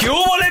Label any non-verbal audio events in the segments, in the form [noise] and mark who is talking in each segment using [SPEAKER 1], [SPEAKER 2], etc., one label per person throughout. [SPEAKER 1] ¿Qué hubo, le,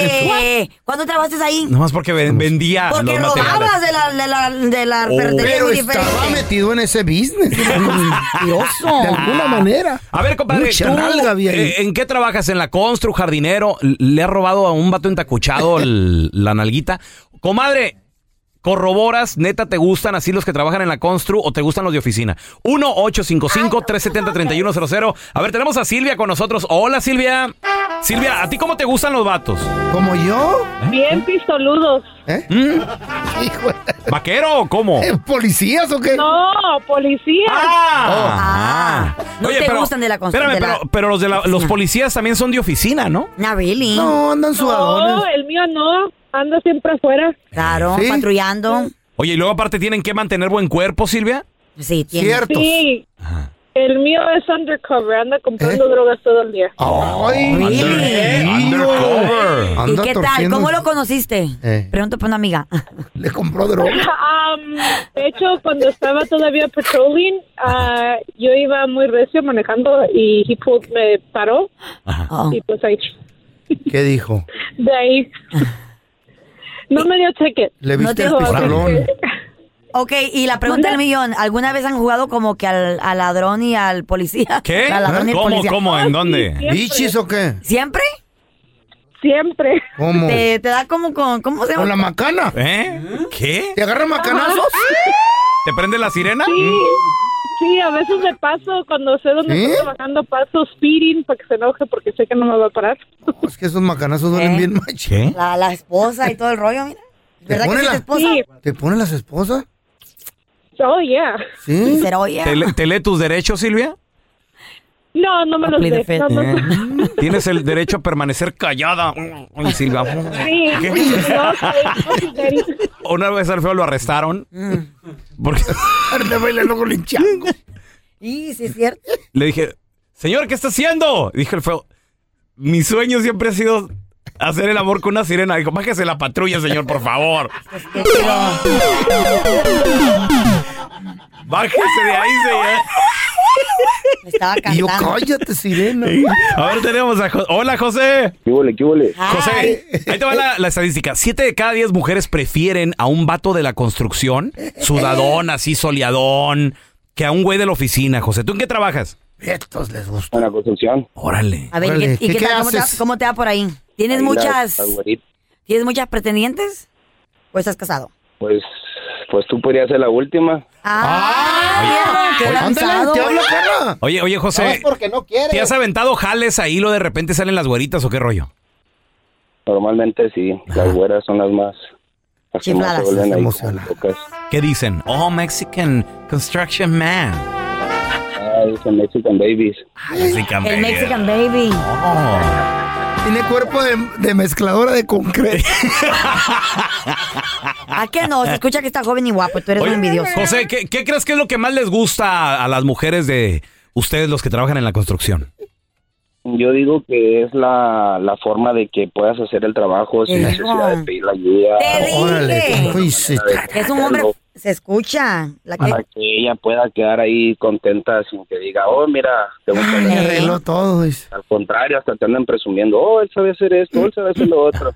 [SPEAKER 2] ¿Cuándo trabajaste ahí?
[SPEAKER 1] Nomás porque ven- vendía
[SPEAKER 2] Porque
[SPEAKER 1] los materiales.
[SPEAKER 2] robabas de la, de la, de la
[SPEAKER 1] Oh.
[SPEAKER 2] ferretería
[SPEAKER 3] Pero
[SPEAKER 2] muy
[SPEAKER 3] estaba
[SPEAKER 2] diferente.
[SPEAKER 3] metido en ese business. Mentiroso. Ah, De alguna manera.
[SPEAKER 1] Ah. A ver, compadre,
[SPEAKER 3] Mucha
[SPEAKER 1] ¿tú,
[SPEAKER 3] nalga había ahí.
[SPEAKER 1] eh, ¿en qué trabajas? ¿En la constru, jardinero? ¿Le has robado a un vato entacuchado el- la nalguita? Comadre, ¿corroboras? ¿Neta te gustan así los que trabajan en la constru o te gustan los de oficina? 1-855-370-3100. A ver, tenemos a Silvia con nosotros. Hola, Silvia. Silvia, ¿a ti cómo te gustan los vatos?
[SPEAKER 3] Como yo.
[SPEAKER 4] Bien pistoludos.
[SPEAKER 3] ¿Eh? [laughs] Hijo de-
[SPEAKER 1] ¿Vaquero o cómo?
[SPEAKER 3] ¿Policías o qué?
[SPEAKER 4] No, policía.
[SPEAKER 3] Oh.
[SPEAKER 1] ¡Ah!
[SPEAKER 2] Ah. No te gustan de la constru-
[SPEAKER 1] Espérame,
[SPEAKER 2] de la-
[SPEAKER 1] pero, pero los, de la- los policías también son de oficina, ¿no?
[SPEAKER 2] No, really.
[SPEAKER 3] No, andan sudadones.
[SPEAKER 4] el mío no. Anda siempre afuera.
[SPEAKER 2] Claro,
[SPEAKER 3] Sí.
[SPEAKER 2] patrullando.
[SPEAKER 1] Oye, y luego aparte tienen que mantener buen cuerpo, Silvia.
[SPEAKER 2] Sí, tiene.
[SPEAKER 3] Ciertos.
[SPEAKER 4] Sí. El mío es undercover. Anda comprando drogas todo el día.
[SPEAKER 3] Eh. Ay,
[SPEAKER 2] Really?
[SPEAKER 3] Dios.
[SPEAKER 1] Undercover.
[SPEAKER 2] ¿Y
[SPEAKER 3] Anda
[SPEAKER 2] qué tal?
[SPEAKER 3] torciendo.
[SPEAKER 2] ¿Cómo lo conociste?
[SPEAKER 3] Eh.
[SPEAKER 2] Pregunto por una amiga.
[SPEAKER 3] [laughs] Le
[SPEAKER 4] [laughs]
[SPEAKER 3] compró droga.
[SPEAKER 4] Am, de hecho, cuando estaba todavía patrolling, ah, yo iba muy recio manejando y he pulled- me paró
[SPEAKER 5] Ah,
[SPEAKER 2] Oh.
[SPEAKER 4] y pues ahí,
[SPEAKER 3] ¿Qué dijo?
[SPEAKER 4] de ahí. No me dio ticket.
[SPEAKER 3] Le
[SPEAKER 2] No
[SPEAKER 3] viste
[SPEAKER 2] te
[SPEAKER 3] el
[SPEAKER 2] jodas.
[SPEAKER 3] pistolón.
[SPEAKER 2] Ok, y la pregunta del millón, ¿alguna vez han jugado como que al, al ladrón y al policía?
[SPEAKER 1] ¿Qué?
[SPEAKER 2] [laughs]
[SPEAKER 1] ¿Eh?
[SPEAKER 2] Al ladrón y al
[SPEAKER 1] ¿Cómo,
[SPEAKER 2] policía.
[SPEAKER 1] cómo? ¿En dónde?
[SPEAKER 4] Ah, Siempre,
[SPEAKER 3] ¿Bichis o qué?
[SPEAKER 2] ¿Siempre?
[SPEAKER 4] siempre.
[SPEAKER 3] ¿Cómo?
[SPEAKER 2] Te, te da como con, ¿cómo se
[SPEAKER 3] ¿Con la
[SPEAKER 2] llama?
[SPEAKER 3] macana?
[SPEAKER 1] ¿Eh? ¿Qué?
[SPEAKER 3] ¿Te agarran macanazos?
[SPEAKER 4] Ah.
[SPEAKER 1] ¿Te prende la sirena?
[SPEAKER 4] Sí, sí, a veces me paso cuando sé dónde
[SPEAKER 3] ¿Eh?
[SPEAKER 4] estoy trabajando, paso speeding para que se enoje porque sé que no me va a parar.
[SPEAKER 3] No, es que esos macanazos duelen
[SPEAKER 2] ¿Eh?
[SPEAKER 3] bien, macho.
[SPEAKER 1] ¿Qué?
[SPEAKER 2] La, la esposa y todo el rollo, mira. ¿Verdad que
[SPEAKER 3] pone
[SPEAKER 2] sí,
[SPEAKER 3] la-
[SPEAKER 2] tu esposa?
[SPEAKER 4] Sí.
[SPEAKER 3] ¿Te ponen las esposas?
[SPEAKER 4] Oh, yeah.
[SPEAKER 3] Sí.
[SPEAKER 2] Pero oye,
[SPEAKER 1] ¿Te, le- te lee tus derechos, Silvia?
[SPEAKER 4] No, no me los
[SPEAKER 2] Play the
[SPEAKER 4] dejo.
[SPEAKER 2] fifth.
[SPEAKER 4] No,
[SPEAKER 1] Eh.
[SPEAKER 4] no,
[SPEAKER 1] Tienes el derecho a permanecer callada. Ay, Silvia.
[SPEAKER 4] sí, no, soy-
[SPEAKER 3] [laughs]
[SPEAKER 1] Una vez al feo lo arrestaron.
[SPEAKER 2] Mm.
[SPEAKER 1] Porque
[SPEAKER 3] Arte bailando con el chango.
[SPEAKER 2] [laughs] sí, sí es cierto.
[SPEAKER 1] le dije, señor, ¿qué está haciendo? Dijo el feo, mi sueño siempre ha sido hacer el amor con una sirena. Dijo, bájese la patrulla, señor, por favor. Bájese de ahí, señor.
[SPEAKER 2] Me estaba
[SPEAKER 3] Y yo,
[SPEAKER 2] cantando.
[SPEAKER 3] cállate, sirena.
[SPEAKER 1] Ahora tenemos a José. Hola, José.
[SPEAKER 2] Ay,
[SPEAKER 1] José, ahí te va la, la estadística. Siete de cada diez mujeres prefieren a un vato de la construcción, sudadón, así soleadón, que a un güey de la oficina. José, ¿tú en qué trabajas?
[SPEAKER 3] Estos les gustó.
[SPEAKER 6] en la construcción.
[SPEAKER 1] Órale.
[SPEAKER 2] A ver, ¿y
[SPEAKER 3] Órale,
[SPEAKER 2] qué- ¿y
[SPEAKER 3] ¿qué-
[SPEAKER 2] qué
[SPEAKER 3] qué
[SPEAKER 2] tal? ¿Cómo te, va,
[SPEAKER 3] haces?
[SPEAKER 2] cómo te va por ahí? ¿Tienes
[SPEAKER 6] Ahí
[SPEAKER 2] muchas
[SPEAKER 6] las- las güeritas.
[SPEAKER 2] tienes muchas pretendientes? ¿O estás casado?
[SPEAKER 6] Pues, pues tú podrías ser la última.
[SPEAKER 2] ¡Ah! ¡Qué
[SPEAKER 3] Oye, ándale,
[SPEAKER 2] lanzado,
[SPEAKER 3] te
[SPEAKER 2] güey.
[SPEAKER 3] habla Carla.
[SPEAKER 1] Oye, oye, José,
[SPEAKER 3] porque no quiere.
[SPEAKER 1] ¿te has aventado jales ahí lo de repente salen las güeritas o qué rollo?
[SPEAKER 6] Normalmente sí, las güeras son las más. Las que más
[SPEAKER 2] Chifladas,
[SPEAKER 6] se vuelven
[SPEAKER 3] se
[SPEAKER 6] ahí
[SPEAKER 3] emociona.
[SPEAKER 6] locas.
[SPEAKER 1] ¿Qué dicen? Oh, Mexican Construction Man.
[SPEAKER 6] Ah, dicen Mexican Babies.
[SPEAKER 1] Mexican Baby.
[SPEAKER 2] El Mexican Baby.
[SPEAKER 1] Oh.
[SPEAKER 3] Tiene cuerpo de, de mezcladora de concreto.
[SPEAKER 2] [laughs] ¿A qué no? Se escucha que está joven y guapo. Tú eres
[SPEAKER 1] Oye,
[SPEAKER 2] un envidioso.
[SPEAKER 1] José, ¿qué, qué crees que es lo que más les gusta a, a las mujeres de ustedes los que trabajan en la construcción?
[SPEAKER 6] Yo digo que es la, la forma de que puedas hacer el trabajo sin
[SPEAKER 2] Hijo.
[SPEAKER 6] necesidad de pedir la ayuda. pues,
[SPEAKER 2] Te dije.
[SPEAKER 3] Órale. Uy, sí.
[SPEAKER 2] Es un hombre. Se escucha. La que-
[SPEAKER 6] Para que ella pueda quedar ahí contenta sin que diga, oh, mira, te gusta
[SPEAKER 3] Me
[SPEAKER 6] la-".
[SPEAKER 3] Ah, arregló todo, dice.
[SPEAKER 6] Al contrario, hasta te andan presumiendo, oh, él sabe hacer esto, él sabe hacer lo otro.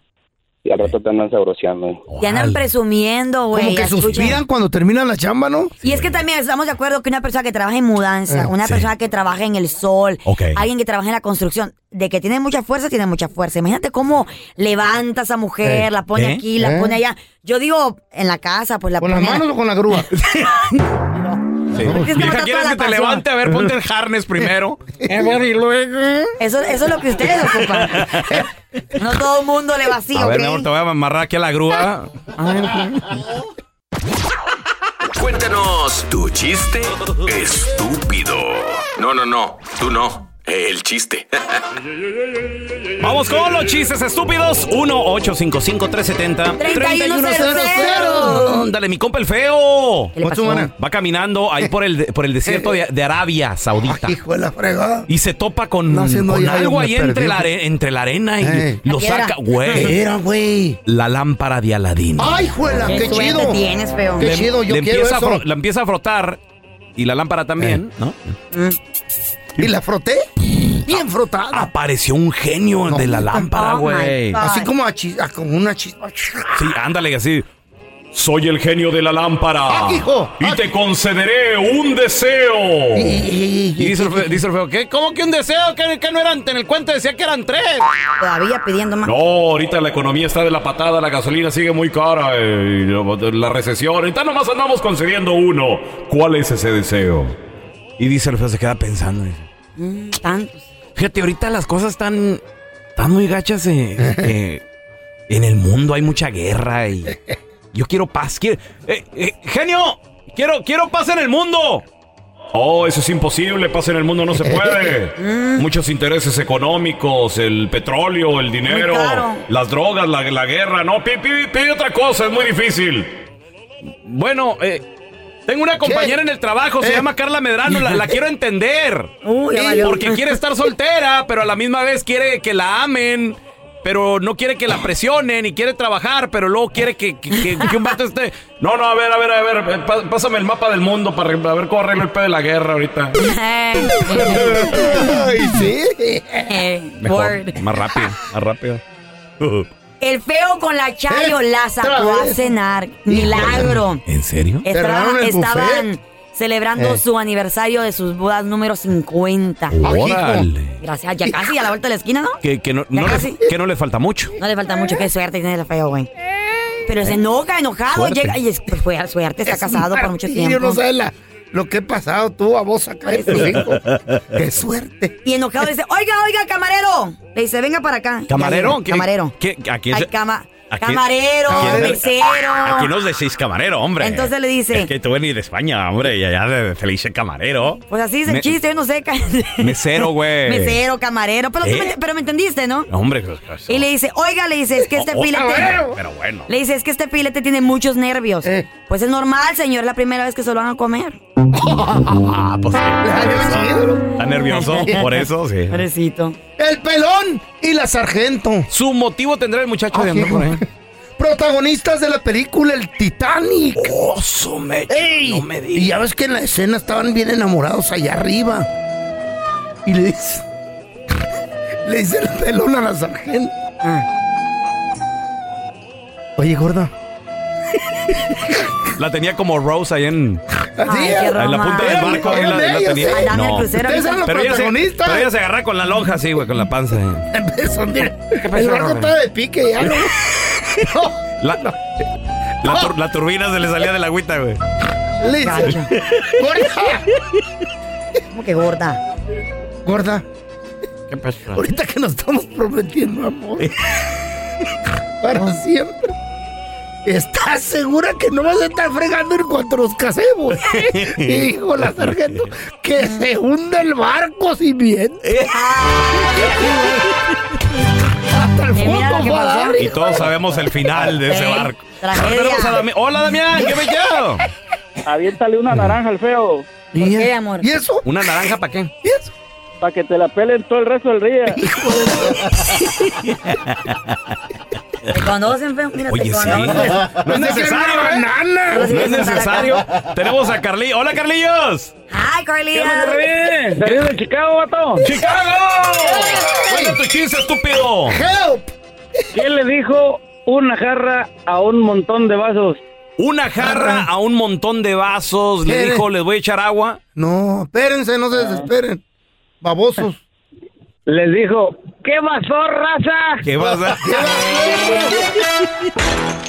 [SPEAKER 6] Y al rato te andan sabroseando.
[SPEAKER 2] Ya andan presumiendo, güey.
[SPEAKER 3] Como que
[SPEAKER 2] escucha.
[SPEAKER 3] suspiran cuando terminan la chamba, ¿no?
[SPEAKER 2] Y es que también estamos de acuerdo que una persona que trabaja en mudanza,
[SPEAKER 3] Eh,
[SPEAKER 2] una
[SPEAKER 1] sí.
[SPEAKER 2] persona que trabaja en el sol,
[SPEAKER 1] Ok.
[SPEAKER 2] alguien que trabaja en la construcción, de que tiene mucha fuerza, tiene mucha fuerza. Imagínate cómo levanta a esa mujer,
[SPEAKER 3] Eh,
[SPEAKER 2] la pone
[SPEAKER 1] ¿eh?
[SPEAKER 2] aquí, la
[SPEAKER 3] Eh.
[SPEAKER 2] pone allá. Yo digo, en la casa, pues la
[SPEAKER 3] ¿Con
[SPEAKER 2] pone.
[SPEAKER 3] las manos o con
[SPEAKER 2] [laughs]
[SPEAKER 3] la grúa?
[SPEAKER 2] Es que
[SPEAKER 1] Vieja,
[SPEAKER 2] está
[SPEAKER 1] ¿quieres
[SPEAKER 2] toda
[SPEAKER 1] que te
[SPEAKER 2] pasión.
[SPEAKER 1] levante? A ver, ponte el harness [laughs] primero. A ver, y luego.
[SPEAKER 2] Eso, eso es lo que ustedes
[SPEAKER 3] [laughs]
[SPEAKER 2] ocupan. no todo el mundo le vacía,
[SPEAKER 1] A ver,
[SPEAKER 2] ¿ok?
[SPEAKER 1] mi amor, te voy a amarrar aquí a la grúa.
[SPEAKER 7] Cuéntanos tu chiste estúpido. No, no, no, tú no. El chiste.
[SPEAKER 1] Vamos con los chistes estúpidos. 1-855-370-3100.
[SPEAKER 2] 3100.
[SPEAKER 1] Dale, mi compa el feo.
[SPEAKER 2] ¿Qué le pasó?
[SPEAKER 3] Consumana.
[SPEAKER 1] Va caminando ahí por el, por el desierto de, de Arabia Saudita.
[SPEAKER 3] Hijo de la fregada.
[SPEAKER 1] Y se topa con,
[SPEAKER 3] No, haciendo
[SPEAKER 1] con
[SPEAKER 3] ya,
[SPEAKER 1] algo
[SPEAKER 3] me
[SPEAKER 1] ahí entre
[SPEAKER 3] perdí.
[SPEAKER 1] la, are- entre la arena y
[SPEAKER 3] Ey.
[SPEAKER 1] lo
[SPEAKER 2] La piedra.
[SPEAKER 1] saca. Güey,
[SPEAKER 3] ¿Qué era, güey?
[SPEAKER 1] la lámpara de Aladín.
[SPEAKER 3] ¡Ay, juela!
[SPEAKER 2] Qué
[SPEAKER 3] ¡Qué
[SPEAKER 2] suerte
[SPEAKER 3] chido!
[SPEAKER 2] tienes, feo.
[SPEAKER 3] ¡Qué chido! Yo
[SPEAKER 1] le
[SPEAKER 3] quiero
[SPEAKER 1] empieza, a
[SPEAKER 3] eso. Eh.
[SPEAKER 1] fro- la empieza a frotar y la lámpara también, ¿no?
[SPEAKER 3] ¿Y la froté? Bien frotada.
[SPEAKER 1] Apareció un genio
[SPEAKER 3] No.
[SPEAKER 1] de la lámpara,
[SPEAKER 2] Oh, my
[SPEAKER 1] güey.
[SPEAKER 2] God.
[SPEAKER 3] Así como a chi- a- como una chispa.
[SPEAKER 1] Sí, ándale, así. Soy el genio de la lámpara.
[SPEAKER 3] Ah, hijo.
[SPEAKER 1] Y
[SPEAKER 3] Ah.
[SPEAKER 1] te concederé un deseo. Y dice el, fe- dice el feo, ¿qué? ¿Cómo que un deseo? ¿Qué, qué no eran? En el cuento decía que eran tres.
[SPEAKER 2] Todavía pidiendo más.
[SPEAKER 1] No, ahorita la economía está de la patada, la gasolina sigue muy cara, eh, y lo- la recesión. Ahorita nomás andamos concediendo uno. ¿Cuál es ese deseo? Y dice el feo, se queda pensando. dice,
[SPEAKER 2] Mm, tantos.
[SPEAKER 1] Fíjate, ahorita las cosas están, están muy gachas. eh, eh, en el mundo hay mucha guerra y yo quiero paz. quiero- eh, eh, genio, quiero, quiero paz en el mundo. Oh, eso es imposible, paz en el mundo no se [laughs] puede. Muchos intereses económicos, el petróleo, el dinero,
[SPEAKER 2] Muy caro.
[SPEAKER 1] las drogas, la, la guerra. No, pi- pi- pide otra cosa, es muy difícil. Bueno, eh, tengo una compañera en el trabajo, se
[SPEAKER 3] Eh.
[SPEAKER 1] llama Carla Medrano, la- la quiero [laughs] entender.
[SPEAKER 2] Uy, ya
[SPEAKER 1] Sí,
[SPEAKER 2] valió.
[SPEAKER 1] porque quiere estar
[SPEAKER 2] [laughs]
[SPEAKER 1] soltera, pero a la misma vez quiere que la amen, pero no quiere que la presionen y quiere trabajar, pero luego quiere que, que- que- que un vato esté. No, no, a ver, a ver, a ver, eh, pa- pásame el mapa del mundo para arregl- a ver cómo arreglo el pedo de la guerra ahorita.
[SPEAKER 2] Eh,
[SPEAKER 3] ¡Ay,
[SPEAKER 2] [laughs]
[SPEAKER 3] sí!
[SPEAKER 2] eh, word.
[SPEAKER 1] Mejor, más rápido, más rápido.
[SPEAKER 2] El feo con la Chayo
[SPEAKER 3] ¿Eh?
[SPEAKER 2] la sacó
[SPEAKER 3] ¿Otra
[SPEAKER 2] a
[SPEAKER 3] vez?
[SPEAKER 2] cenaron. Milagro.
[SPEAKER 1] ¿En serio?
[SPEAKER 2] Estaban,
[SPEAKER 3] ¿Cerraron el
[SPEAKER 2] estaban
[SPEAKER 3] buffet?
[SPEAKER 2] celebrando
[SPEAKER 3] Eh.
[SPEAKER 2] su aniversario de sus bodas número 50.
[SPEAKER 1] Órale.
[SPEAKER 2] Gracias, ya casi a la vuelta de la esquina, ¿no?
[SPEAKER 1] Que, que no, no
[SPEAKER 2] Ya
[SPEAKER 1] le-
[SPEAKER 2] casi.
[SPEAKER 1] que no le falta mucho.
[SPEAKER 2] No le falta mucho, qué suerte tiene el feo, güey. Pero
[SPEAKER 3] Eh.
[SPEAKER 2] se enoja, enojado,
[SPEAKER 1] Suerte.
[SPEAKER 2] llega y es- pues, fue suerte, está casado por mucho
[SPEAKER 3] Martirio,
[SPEAKER 2] tiempo.
[SPEAKER 3] no sabes la- lo que he pasado tú a vos
[SPEAKER 2] [laughs]
[SPEAKER 3] acá de tu hijo. ¡Qué suerte!
[SPEAKER 2] Y enojado dice, oiga, oiga, camarero. Le dice, venga para acá. Ya
[SPEAKER 1] ¿Camarero?
[SPEAKER 2] llega, Camarero.
[SPEAKER 1] ¿Qué, qué- a quién
[SPEAKER 2] Ay,
[SPEAKER 1] se-
[SPEAKER 2] cama-
[SPEAKER 1] a quién-
[SPEAKER 2] camarero,
[SPEAKER 1] a quién-
[SPEAKER 2] mesero.
[SPEAKER 1] Aquí nos decís camarero, hombre.
[SPEAKER 2] Entonces le dice-
[SPEAKER 1] Es que tú venís de España, hombre, y allá de- se le dice camarero.
[SPEAKER 2] Pues así es el
[SPEAKER 1] Me-
[SPEAKER 2] chiste, yo no sé. [laughs] ca-
[SPEAKER 1] Mesero, güey.
[SPEAKER 2] Mesero, camarero. Pero, tú
[SPEAKER 1] ¿Eh?
[SPEAKER 2] me, pero me entendiste, ¿no?
[SPEAKER 1] Hombre, pues, pues,
[SPEAKER 2] Y le dice, oiga, le dice, es que este
[SPEAKER 1] oh,
[SPEAKER 2] filete.
[SPEAKER 1] camarero. Pero bueno.
[SPEAKER 2] Le dice, es que este filete tiene muchos nervios.
[SPEAKER 3] Eh.
[SPEAKER 2] Pues es normal, señor, es la primera vez que se lo van a comer.
[SPEAKER 1] Ah, [laughs] pues sí.
[SPEAKER 3] Ay, Dios mío.
[SPEAKER 1] Está nervioso, por eso, sí.
[SPEAKER 2] Pobrecito.
[SPEAKER 3] ¡El pelón y la sargento!
[SPEAKER 1] Su motivo tendrá el muchacho de
[SPEAKER 3] Ay,
[SPEAKER 1] andar por ahí.
[SPEAKER 3] Protagonistas de la película El Titanic.
[SPEAKER 1] Oso, me.
[SPEAKER 3] ¡Ey!
[SPEAKER 1] Oh, No me digas.
[SPEAKER 3] y ya ves que en la escena estaban bien enamorados allá arriba. Y le dice. [laughs] Le dice el pelón a la sargento.
[SPEAKER 2] Ah.
[SPEAKER 3] Oye, gorda.
[SPEAKER 1] La tenía como Rose ahí en,
[SPEAKER 3] Así
[SPEAKER 2] Ay,
[SPEAKER 3] es.
[SPEAKER 2] qué
[SPEAKER 1] en la punta del
[SPEAKER 3] Ay,
[SPEAKER 1] barco. Ahí
[SPEAKER 3] ay,
[SPEAKER 1] la, la
[SPEAKER 3] ay,
[SPEAKER 1] tenía.
[SPEAKER 3] ay,
[SPEAKER 2] Andaba en el crucero.
[SPEAKER 3] ¿eh? Ustedes eran los
[SPEAKER 1] Pero ella, se,
[SPEAKER 3] protagonistas.
[SPEAKER 1] pero ella se agarra con la lonja así, güey, con la panza. eh.
[SPEAKER 3] Empezó a tirar. El barco estaba de
[SPEAKER 1] [laughs]
[SPEAKER 3] pique ya. ¿no?
[SPEAKER 1] La, la tur- la turbina se le salía de la agüita, güey.
[SPEAKER 3] Le dice,
[SPEAKER 2] Gacho.
[SPEAKER 3] gorda,
[SPEAKER 2] Como que gorda.
[SPEAKER 3] gorda,
[SPEAKER 1] ¿Qué pasó?
[SPEAKER 3] ahorita que nos estamos prometiendo amor para
[SPEAKER 2] Ah.
[SPEAKER 3] siempre. ¿Estás segura que no vas a estar fregando en cuanto nos casemos?
[SPEAKER 1] [laughs]
[SPEAKER 3] Dijo la sargento, que
[SPEAKER 1] Eh.
[SPEAKER 3] se hunde el barco si bien.
[SPEAKER 2] mira lo que pasó.
[SPEAKER 1] Y todos sabemos el final de ese
[SPEAKER 2] Ey,
[SPEAKER 1] barco.
[SPEAKER 2] Ah, tragedia.
[SPEAKER 1] Tenemos a Dami- Hola, Damián, ¿qué me quedo?
[SPEAKER 8] [laughs] Aviéntale una naranja al feo
[SPEAKER 2] ¿Por qué, amor?
[SPEAKER 3] ¿Y eso?
[SPEAKER 1] ¿Una naranja para qué?
[SPEAKER 3] ¿Y eso?
[SPEAKER 8] para que te la pelen todo el resto del
[SPEAKER 3] [laughs]
[SPEAKER 8] día.
[SPEAKER 2] Te conocen, feo. Mira,
[SPEAKER 1] Oye,
[SPEAKER 2] te
[SPEAKER 1] sí.
[SPEAKER 2] conocen.
[SPEAKER 1] [laughs] No es necesario, ¿eh? banana.
[SPEAKER 2] Ahora sí
[SPEAKER 1] No es
[SPEAKER 2] que sentar acá.
[SPEAKER 1] necesario. Tenemos a Carlillos. Hola, Carlillos.
[SPEAKER 2] Ay, Carlita.
[SPEAKER 8] ¿Salió de Chicago, vato?
[SPEAKER 1] ¡Chicago! Bueno, tu chiste, estúpido.
[SPEAKER 3] ¡Help!
[SPEAKER 8] ¿Qué le dijo una jarra a un montón de vasos?
[SPEAKER 1] Una jarra a un montón de vasos. Le
[SPEAKER 3] ¿Qué?
[SPEAKER 1] dijo, les voy a echar agua.
[SPEAKER 3] No, espérense, no se
[SPEAKER 2] Ah.
[SPEAKER 3] desesperen. Babosos.
[SPEAKER 8] Les dijo, ¿qué pasó, raza?
[SPEAKER 1] ¿Qué
[SPEAKER 3] [laughs]
[SPEAKER 1] pasa?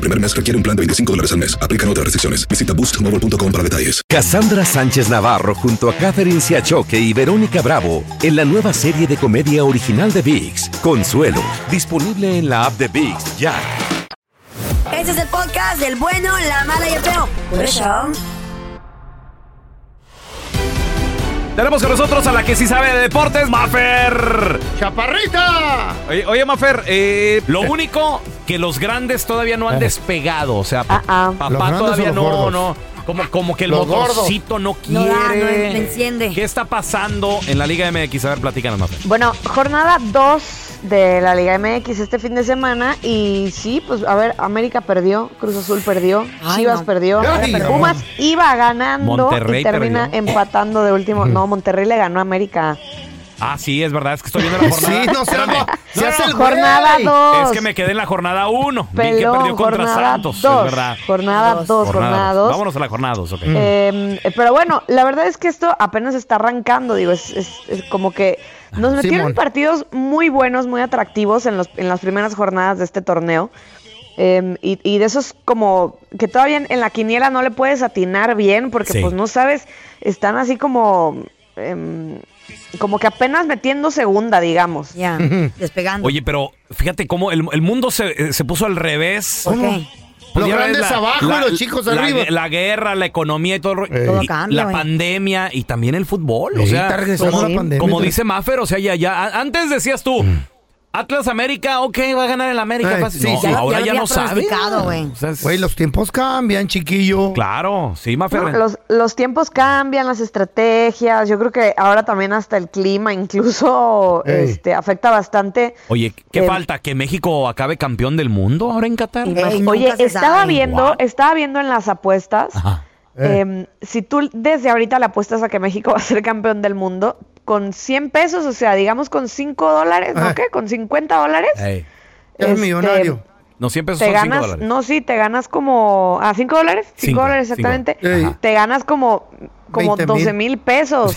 [SPEAKER 9] primer mes requiere un plan de 25 dólares al mes. Aplican otras restricciones. Visita boostmobile.com para detalles.
[SPEAKER 10] Cassandra Sánchez Navarro junto a Catherine Siachoque y Verónica Bravo en la nueva serie de comedia original de VIX, Consuelo, disponible en la app de VIX ya.
[SPEAKER 2] Este es el podcast del bueno, la mala y el feo. Por eso.
[SPEAKER 1] Tenemos con nosotros a la que sí sabe de deportes, Mafer.
[SPEAKER 3] ¡Chaparrita!
[SPEAKER 1] Oye, oye, Mafer, eh, lo único que los grandes todavía no han despegado. O sea, pa-
[SPEAKER 5] Ah, ah.
[SPEAKER 3] ¿Los
[SPEAKER 1] papá
[SPEAKER 3] grandes
[SPEAKER 1] todavía
[SPEAKER 3] o los
[SPEAKER 1] no,
[SPEAKER 3] gordos?
[SPEAKER 1] no. Como, como que el
[SPEAKER 3] Los gordos.
[SPEAKER 1] motorcito no
[SPEAKER 2] No da, no
[SPEAKER 1] quiere.
[SPEAKER 2] en- enciende.
[SPEAKER 1] ¿Qué está pasando en la Liga MX? A ver, platícanos, Mafer.
[SPEAKER 5] Bueno, jornada 2 de la Liga MX este fin de semana y sí, pues a ver, América perdió, Cruz Azul perdió,
[SPEAKER 2] Ay,
[SPEAKER 5] Chivas
[SPEAKER 2] no.
[SPEAKER 5] perdió,
[SPEAKER 3] Ay, no.
[SPEAKER 5] Pumas iba ganando
[SPEAKER 1] Monterrey
[SPEAKER 5] y termina
[SPEAKER 1] perdió.
[SPEAKER 5] empatando de último.
[SPEAKER 1] [laughs]
[SPEAKER 5] No, Monterrey le ganó a América.
[SPEAKER 1] Ah, sí, es verdad, es que estoy viendo la jornada.
[SPEAKER 3] [laughs] Sí, no se
[SPEAKER 1] Espérame.
[SPEAKER 3] haga. Se hace el
[SPEAKER 5] Jornada
[SPEAKER 3] güey.
[SPEAKER 5] 2.
[SPEAKER 1] Es que me quedé en la jornada 1. Vi que
[SPEAKER 5] Pelón,
[SPEAKER 1] perdió contra
[SPEAKER 5] jornada
[SPEAKER 1] Santos,
[SPEAKER 5] 2.
[SPEAKER 1] es verdad.
[SPEAKER 5] Jornada 2, jornada 2.
[SPEAKER 1] Vámonos a la jornada 2, ok.
[SPEAKER 5] Eh, pero bueno, la verdad es que esto apenas está arrancando, digo, es, es- es como que nos metieron
[SPEAKER 3] Simón.
[SPEAKER 5] partidos muy buenos, muy atractivos en, los, en las primeras jornadas de este torneo. Eh, y, y de esos como que todavía en, en la quiniela no le puedes atinar bien porque
[SPEAKER 1] Sí.
[SPEAKER 5] pues no sabes, están así como... em, como que apenas metiendo segunda, digamos.
[SPEAKER 2] Ya, despegando.
[SPEAKER 1] Oye, pero fíjate cómo el, el mundo se, eh, se puso al revés. Pues
[SPEAKER 2] ¿Por qué?
[SPEAKER 3] Los
[SPEAKER 1] ya ves
[SPEAKER 3] grandes abajo y los chicos
[SPEAKER 1] la-
[SPEAKER 3] arriba.
[SPEAKER 1] La, guerra, la economía y todo. el rollo.
[SPEAKER 3] Ey.
[SPEAKER 2] Todo
[SPEAKER 1] Y
[SPEAKER 2] cambia,
[SPEAKER 1] la
[SPEAKER 2] güey.
[SPEAKER 1] pandemia y también el fútbol. O
[SPEAKER 3] Sí,
[SPEAKER 1] sea,
[SPEAKER 3] está regresando
[SPEAKER 1] como,
[SPEAKER 3] la pandemia.
[SPEAKER 1] como dice Maffer, o sea, ya, ya. a- Antes decías tú, Atlas América, ok, va a ganar el América.
[SPEAKER 3] Eh,
[SPEAKER 1] fácil.
[SPEAKER 3] sí,
[SPEAKER 1] No,
[SPEAKER 3] sí.
[SPEAKER 1] ahora
[SPEAKER 2] Ya- ya
[SPEAKER 1] ya,
[SPEAKER 2] lo
[SPEAKER 1] no
[SPEAKER 2] había
[SPEAKER 1] sabes.
[SPEAKER 2] pronosticado, güey.
[SPEAKER 1] O sea, es-
[SPEAKER 3] Güey, los tiempos cambian, chiquillo.
[SPEAKER 1] Claro, sí,
[SPEAKER 3] Ah,
[SPEAKER 1] Maffer.
[SPEAKER 5] No, los, los tiempos cambian, las estrategias, yo creo que ahora también hasta el clima incluso
[SPEAKER 3] Ey.
[SPEAKER 5] este, afecta bastante.
[SPEAKER 1] Oye, ¿qué
[SPEAKER 5] Eh,
[SPEAKER 1] falta? ¿Que México acabe campeón del mundo ahora en Qatar?
[SPEAKER 2] Ey, nunca
[SPEAKER 5] Oye,
[SPEAKER 2] se
[SPEAKER 5] estaba
[SPEAKER 2] sabe.
[SPEAKER 5] viendo,
[SPEAKER 1] Guau.
[SPEAKER 5] estaba viendo en las apuestas,
[SPEAKER 1] Ajá.
[SPEAKER 3] Eh.
[SPEAKER 5] em, si tú desde ahorita le apuestas a que México [laughs] va a ser campeón del mundo, con 100 pesos, o sea, digamos con 5 dólares, ¿no
[SPEAKER 3] Ah.
[SPEAKER 5] qué? Con 50 dólares.
[SPEAKER 1] Ey,
[SPEAKER 3] Ya eres
[SPEAKER 5] este,
[SPEAKER 3] millonario.
[SPEAKER 1] No, siempre Eh, son
[SPEAKER 5] Te
[SPEAKER 1] 5
[SPEAKER 5] ganas,
[SPEAKER 1] dólares.
[SPEAKER 5] no, sí, te ganas como, ¿a 5 dólares? 5
[SPEAKER 1] Cinco,
[SPEAKER 5] dólares
[SPEAKER 1] cinco.
[SPEAKER 5] exactamente.
[SPEAKER 3] Ey.
[SPEAKER 1] Ajá.
[SPEAKER 5] Te ganas como, como
[SPEAKER 3] 20,000.
[SPEAKER 5] 12 mil pesos.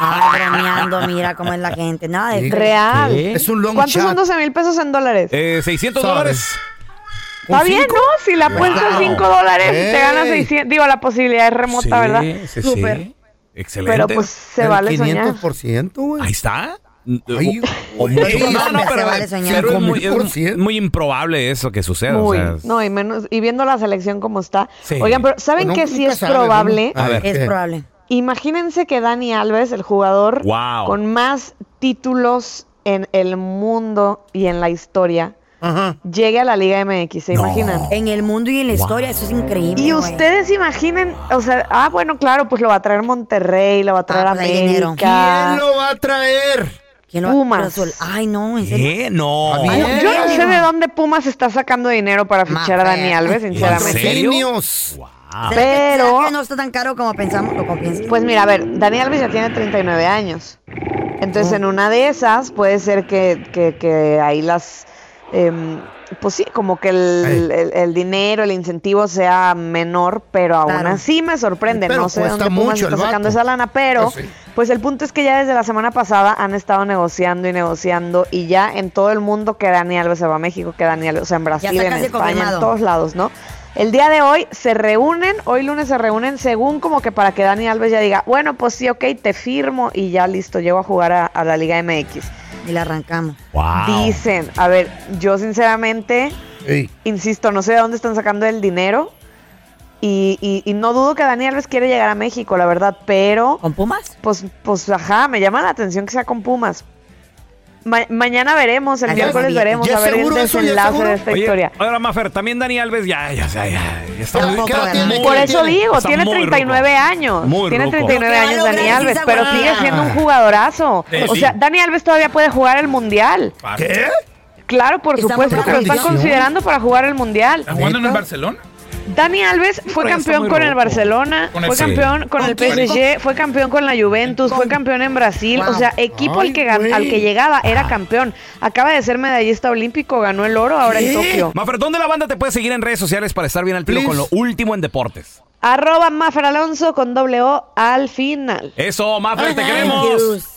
[SPEAKER 2] Ah, bromeando, mira cómo es la gente. Nada de
[SPEAKER 3] Sí.
[SPEAKER 5] Real.
[SPEAKER 1] ¿Qué?
[SPEAKER 3] Es un long
[SPEAKER 5] ¿Cuántos
[SPEAKER 3] shot.
[SPEAKER 5] son 12 mil pesos en dólares?
[SPEAKER 1] Eh, 600
[SPEAKER 3] Sabes.
[SPEAKER 1] dólares.
[SPEAKER 3] ¿Con
[SPEAKER 5] Está bien,
[SPEAKER 3] cinco?
[SPEAKER 5] ¿no? Si la apuestas
[SPEAKER 3] Wow.
[SPEAKER 5] 5 dólares y te ganas
[SPEAKER 3] Ey.
[SPEAKER 5] 600. Digo, la posibilidad es remota,
[SPEAKER 1] Sí,
[SPEAKER 5] ¿verdad?
[SPEAKER 1] sí, sí.
[SPEAKER 2] Súper.
[SPEAKER 1] Excelente.
[SPEAKER 5] Pero pues se
[SPEAKER 3] El
[SPEAKER 5] vale soñar.
[SPEAKER 3] 500%,
[SPEAKER 1] Ahí
[SPEAKER 3] güey.
[SPEAKER 1] está.
[SPEAKER 3] Ay,
[SPEAKER 1] O- o
[SPEAKER 3] güey.
[SPEAKER 1] mucho
[SPEAKER 3] Sí,
[SPEAKER 1] más. no, no,
[SPEAKER 2] hombre,
[SPEAKER 1] pero,
[SPEAKER 2] se vale soñar.
[SPEAKER 1] pero es, muy, es
[SPEAKER 3] 5,000%.
[SPEAKER 1] muy improbable eso que suceda. o
[SPEAKER 5] Muy,
[SPEAKER 1] sea, es-
[SPEAKER 5] no, y menos, y viendo la selección como está.
[SPEAKER 1] Sí.
[SPEAKER 5] Oigan, pero ¿saben
[SPEAKER 3] Pues
[SPEAKER 5] que
[SPEAKER 3] nunca
[SPEAKER 5] sí es
[SPEAKER 3] sabe,
[SPEAKER 5] probable?
[SPEAKER 3] ¿no?
[SPEAKER 1] A ver.
[SPEAKER 2] Es
[SPEAKER 3] ¿qué?
[SPEAKER 2] probable.
[SPEAKER 5] Imagínense que Dani Alves, el jugador
[SPEAKER 1] Wow.
[SPEAKER 5] con más títulos en el mundo y en la historia,
[SPEAKER 3] Ajá.
[SPEAKER 5] llegue a la Liga MX, ¿se
[SPEAKER 1] No.
[SPEAKER 5] imaginan?
[SPEAKER 2] En el mundo y en la historia, eso es increíble.
[SPEAKER 5] Y
[SPEAKER 2] güey.
[SPEAKER 5] ustedes imaginen, o sea, ah, bueno, claro, pues lo va a traer Monterrey, lo va a traer
[SPEAKER 2] Ah, pues hay dinero.
[SPEAKER 5] América.
[SPEAKER 3] ¿Quién lo va a traer?
[SPEAKER 2] ¿Quién lo-
[SPEAKER 5] Pumas.
[SPEAKER 2] Cruz Azul? Ay, no, en serio.
[SPEAKER 1] ¿Qué? No.
[SPEAKER 3] Ah,
[SPEAKER 1] Ay,
[SPEAKER 3] bien.
[SPEAKER 5] Yo no sé
[SPEAKER 2] Dinero.
[SPEAKER 5] de dónde Pumas está sacando dinero para fichar a
[SPEAKER 2] Mafer.
[SPEAKER 5] Dani Alves,
[SPEAKER 1] ¿En
[SPEAKER 5] sinceramente.
[SPEAKER 1] serio?
[SPEAKER 3] Genios.
[SPEAKER 11] Ah.
[SPEAKER 1] Wow.
[SPEAKER 2] ¿Será que-
[SPEAKER 5] Pero-
[SPEAKER 2] será que no está tan caro como pensamos o como piensas?
[SPEAKER 5] Pues mira, a ver, Dani Alves ya tiene 39
[SPEAKER 2] Oh.
[SPEAKER 5] años. Entonces, en una de esas, puede ser que, que- que ahí las em, pues sí, como que el, el- el dinero, el incentivo sea menor, pero aún
[SPEAKER 11] Claro.
[SPEAKER 5] así me sorprende.
[SPEAKER 11] Pero
[SPEAKER 5] no sé de
[SPEAKER 11] cuesta
[SPEAKER 5] dónde Pumas
[SPEAKER 11] mucho el
[SPEAKER 5] está sacando
[SPEAKER 11] vato.
[SPEAKER 5] esa lana, pero
[SPEAKER 11] Pues sí.
[SPEAKER 5] pues el punto es que ya desde la semana pasada han estado negociando y negociando y ya en todo el mundo que Dani Alves se va a México, que Dani Alves, o sea, en Brasil,
[SPEAKER 2] está
[SPEAKER 5] en
[SPEAKER 2] casi
[SPEAKER 5] España,
[SPEAKER 2] confirmado.
[SPEAKER 5] en todos lados, ¿no? El día de hoy se reúnen, hoy lunes se reúnen según como que para que Dani Alves ya diga, bueno, pues sí, ok, te firmo y ya listo, llego a jugar a, a la Liga MX.
[SPEAKER 2] Y la arrancamos.
[SPEAKER 5] Dicen, a ver, yo sinceramente,
[SPEAKER 3] Ey.
[SPEAKER 5] insisto, no sé de dónde están sacando el dinero. Y, y- y no dudo que Dani Alves quiere llegar a México, la verdad, pero...
[SPEAKER 2] ¿Con Pumas?
[SPEAKER 5] Pues, pues ajá, me llama la atención que sea con Pumas. Ma- mañana veremos, el
[SPEAKER 1] Ah, ya
[SPEAKER 5] miércoles
[SPEAKER 1] sabía.
[SPEAKER 5] veremos,
[SPEAKER 1] ¿Ya
[SPEAKER 5] a ver el
[SPEAKER 1] seguro eso? ¿Ya
[SPEAKER 5] desenlace
[SPEAKER 1] seguro?
[SPEAKER 5] de esta
[SPEAKER 1] Oye,
[SPEAKER 5] historia.
[SPEAKER 1] Ahora, Mafer, también Dani Alves, ya, ya, ya, ya, ya está
[SPEAKER 5] Ya,
[SPEAKER 1] muy-
[SPEAKER 5] ¿qué edad
[SPEAKER 1] muy
[SPEAKER 5] tiene?
[SPEAKER 1] ruco.
[SPEAKER 5] Por eso digo,
[SPEAKER 1] Está
[SPEAKER 5] tiene
[SPEAKER 1] muy ruco.
[SPEAKER 5] 39 años.
[SPEAKER 1] Muy
[SPEAKER 5] tiene
[SPEAKER 1] ruco.
[SPEAKER 5] 39 años Dani Alves, pero
[SPEAKER 1] guarada.
[SPEAKER 5] sigue siendo un jugadorazo.
[SPEAKER 1] Sí,
[SPEAKER 5] O
[SPEAKER 1] sí.
[SPEAKER 5] sea, Dani Alves todavía puede jugar el Mundial.
[SPEAKER 12] ¿Qué?
[SPEAKER 5] Claro, por
[SPEAKER 12] ¿Está
[SPEAKER 5] supuesto
[SPEAKER 12] muy
[SPEAKER 5] que lo están
[SPEAKER 12] condición?
[SPEAKER 5] considerando para jugar el Mundial.
[SPEAKER 12] ¿Está jugando en el Barcelona?
[SPEAKER 5] Dani Alves fue
[SPEAKER 12] Hombre, está
[SPEAKER 5] campeón
[SPEAKER 12] muy
[SPEAKER 5] con el
[SPEAKER 12] loco.
[SPEAKER 5] Barcelona,
[SPEAKER 12] Con el-
[SPEAKER 5] fue
[SPEAKER 12] Sí.
[SPEAKER 5] campeón con
[SPEAKER 12] ¿Con
[SPEAKER 5] el
[SPEAKER 12] quién?
[SPEAKER 5] PSG, fue campeón con la Juventus, fue campeón en Brasil. O sea, equipo al, que gan-
[SPEAKER 1] güey.
[SPEAKER 5] al que llegaba era campeón. Acaba de ser medallista olímpico, ganó el oro ahora en Tokio.
[SPEAKER 1] Mafer, ¿dónde la banda te puede seguir en redes sociales para estar bien al tiro con lo último en deportes?
[SPEAKER 5] Arroba Mafer Alonso con doble O al final.
[SPEAKER 1] Eso, Mafer, te queremos.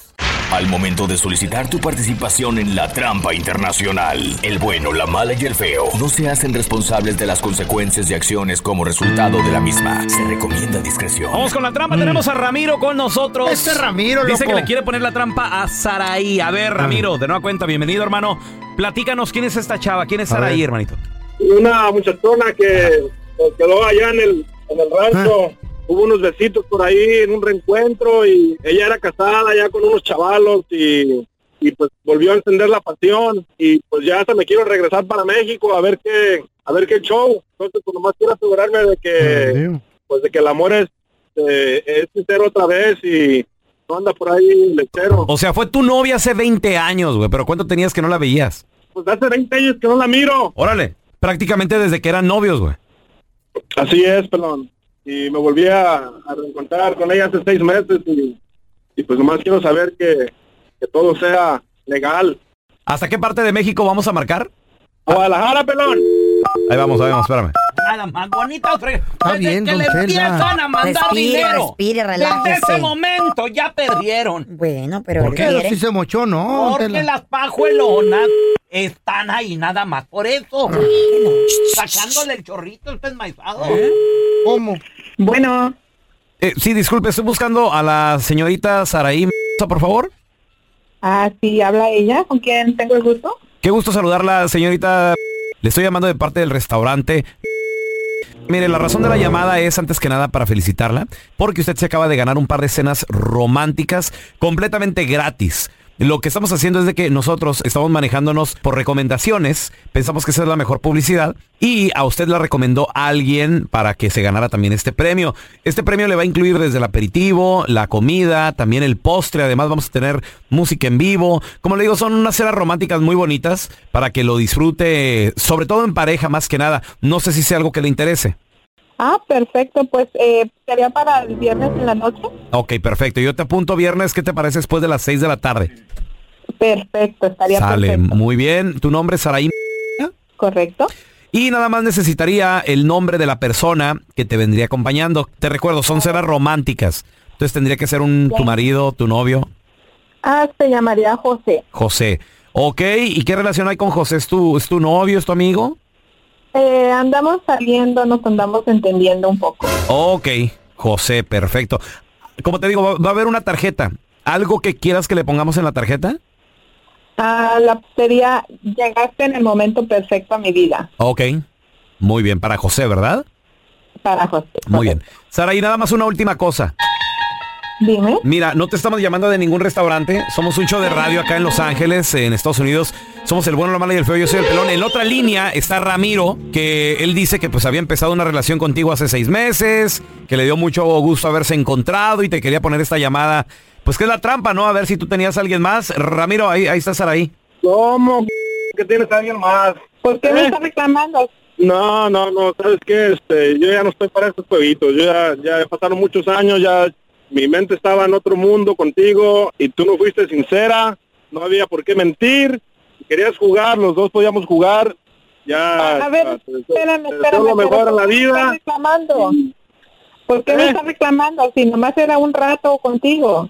[SPEAKER 7] Al momento de solicitar tu participación en la trampa internacional, el bueno, la mala y el feo no se hacen responsables de las consecuencias y acciones como resultado de la misma. Se recomienda discreción.
[SPEAKER 1] Vamos con la trampa, tenemos a Ramiro con nosotros.
[SPEAKER 7] Mm. Este Ramiro,
[SPEAKER 1] Dice
[SPEAKER 7] loco.
[SPEAKER 1] que le quiere poner la trampa a Saraí. A ver, Ramiro, de nueva cuenta, bienvenido, hermano. Platícanos quién es esta chava, quién es
[SPEAKER 13] A
[SPEAKER 1] Saraí,
[SPEAKER 13] ver.
[SPEAKER 1] hermanito.
[SPEAKER 13] una muchachona que se quedó allá en el, en el rancho. Hubo unos besitos por ahí en un reencuentro y ella era casada ya con unos chavalos y, y pues volvió a encender la pasión y pues ya hasta me quiero regresar para México a ver qué, a ver qué show. Entonces pues nomás quiero asegurarme de que pues de que el amor es, eh, es sincero otra vez y no anda por ahí lechero.
[SPEAKER 1] O sea, fue tu novia hace 20 años, güey, pero ¿cuánto tenías que no la veías?
[SPEAKER 13] Pues hace 20 años que no la miro.
[SPEAKER 1] Órale, prácticamente desde que eran novios, güey.
[SPEAKER 13] Así es, pelón. Y me volví a, a reencontrar con ella hace seis meses y, y pues nomás quiero saber que, que todo sea legal.
[SPEAKER 1] ¿Hasta qué parte de México vamos a marcar?
[SPEAKER 13] A Guadalajara, pelón.
[SPEAKER 1] Ahí vamos, ahí vamos, espérame.
[SPEAKER 11] Nada más bonita,
[SPEAKER 1] Está bien,
[SPEAKER 11] que
[SPEAKER 1] don
[SPEAKER 11] le
[SPEAKER 1] Chela.
[SPEAKER 11] empiezan a mandar
[SPEAKER 2] Respire,
[SPEAKER 11] dinero.
[SPEAKER 2] respire, relájese.
[SPEAKER 11] Desde ese momento ya perdieron.
[SPEAKER 2] Bueno, pero
[SPEAKER 3] ¿Por qué?
[SPEAKER 2] respire.
[SPEAKER 3] Si se mochó, no.
[SPEAKER 11] Porque
[SPEAKER 3] tela.
[SPEAKER 11] las pajuelonas están ahí nada más por eso.
[SPEAKER 1] Ah.
[SPEAKER 11] Sacándole el chorrito el pesmaizado.
[SPEAKER 3] ¿Cómo?
[SPEAKER 11] Bueno.
[SPEAKER 1] Eh, sí, disculpe, estoy buscando a la señorita Saraí, Mendoza, por favor.
[SPEAKER 14] Ah, sí, habla ella, con quien tengo el gusto.
[SPEAKER 1] Qué gusto saludarla, señorita. Le estoy llamando de parte del restaurante. Mire, la razón de la llamada es antes que nada para felicitarla, porque usted se acaba de ganar un par de cenas románticas completamente gratis. Lo que estamos haciendo es de que nosotros estamos manejándonos por recomendaciones, pensamos que esa es la mejor publicidad y a usted la recomendó alguien para que se ganara también este premio. Este premio le va a incluir desde el aperitivo, la comida, también el postre, además vamos a tener música en vivo. Como le digo, son unas cenas románticas muy bonitas para que lo disfrute, sobre todo en pareja más que nada. No sé si sea algo que le interese.
[SPEAKER 14] Ah, perfecto, pues eh, sería para el viernes en la noche.
[SPEAKER 1] Ok, perfecto. Yo te apunto viernes, ¿qué te parece después de las 6 de la tarde?
[SPEAKER 14] Perfecto, estaría
[SPEAKER 1] Sale,
[SPEAKER 14] perfecto.
[SPEAKER 1] muy bien. Tu nombre es Saraí.
[SPEAKER 14] Correcto.
[SPEAKER 1] Y nada más necesitaría el nombre de la persona que te vendría acompañando. Te recuerdo, son cenas románticas. Entonces tendría que ser un tu marido, tu novio,
[SPEAKER 14] Ah, se llamaría José.
[SPEAKER 1] José. Ok, ¿y qué relación hay con José? ¿Es tu, es tu novio, es tu amigo?
[SPEAKER 14] Eh, andamos saliendo, nos andamos entendiendo un poco.
[SPEAKER 1] Ok, José, perfecto. Como te digo, va, va a haber una tarjeta. ¿Algo que quieras que le pongamos en la tarjeta?
[SPEAKER 14] Ah, la sería, llegaste en el momento perfecto a mi vida,
[SPEAKER 1] Ok, muy bien, para José, ¿verdad?
[SPEAKER 14] para José.
[SPEAKER 1] Muy bien. Sara, y nada más una última cosa.
[SPEAKER 14] Dime.
[SPEAKER 1] Mira, no te estamos llamando de ningún restaurante. Somos un show de radio acá en Los Ángeles, en Estados Unidos. Somos el bueno, la mala y el feo. Yo soy el pelón. En la otra línea está Ramiro, que él dice que pues había empezado una relación contigo hace seis meses, que le dio mucho gusto haberse encontrado y te quería poner esta llamada. Pues que es la trampa, ¿no? A ver si tú tenías a alguien más. Ramiro, ahí, ahí está Saraí.
[SPEAKER 13] ¿Cómo que tienes a alguien más? Eh.
[SPEAKER 14] ¿Por Pues, qué me estás reclamando?
[SPEAKER 13] No, no, no, ¿sabes qué? Este, yo ya no estoy para estos jueguitos. Yo ya, ya pasaron muchos años, ya mi mente estaba en otro mundo contigo y tú no fuiste sincera, no había por qué mentir. querías jugar, los dos podíamos jugar. Ya.
[SPEAKER 14] A ver,
[SPEAKER 13] te- te-
[SPEAKER 14] espérame,
[SPEAKER 13] te deseo
[SPEAKER 14] espérame.
[SPEAKER 13] lo pues, mejor
[SPEAKER 14] pero
[SPEAKER 13] en la
[SPEAKER 14] ¿por qué me
[SPEAKER 13] vida. ¿Eh?
[SPEAKER 14] estás reclamando? ¿Por qué me estás reclamando? Si nomás era un rato contigo.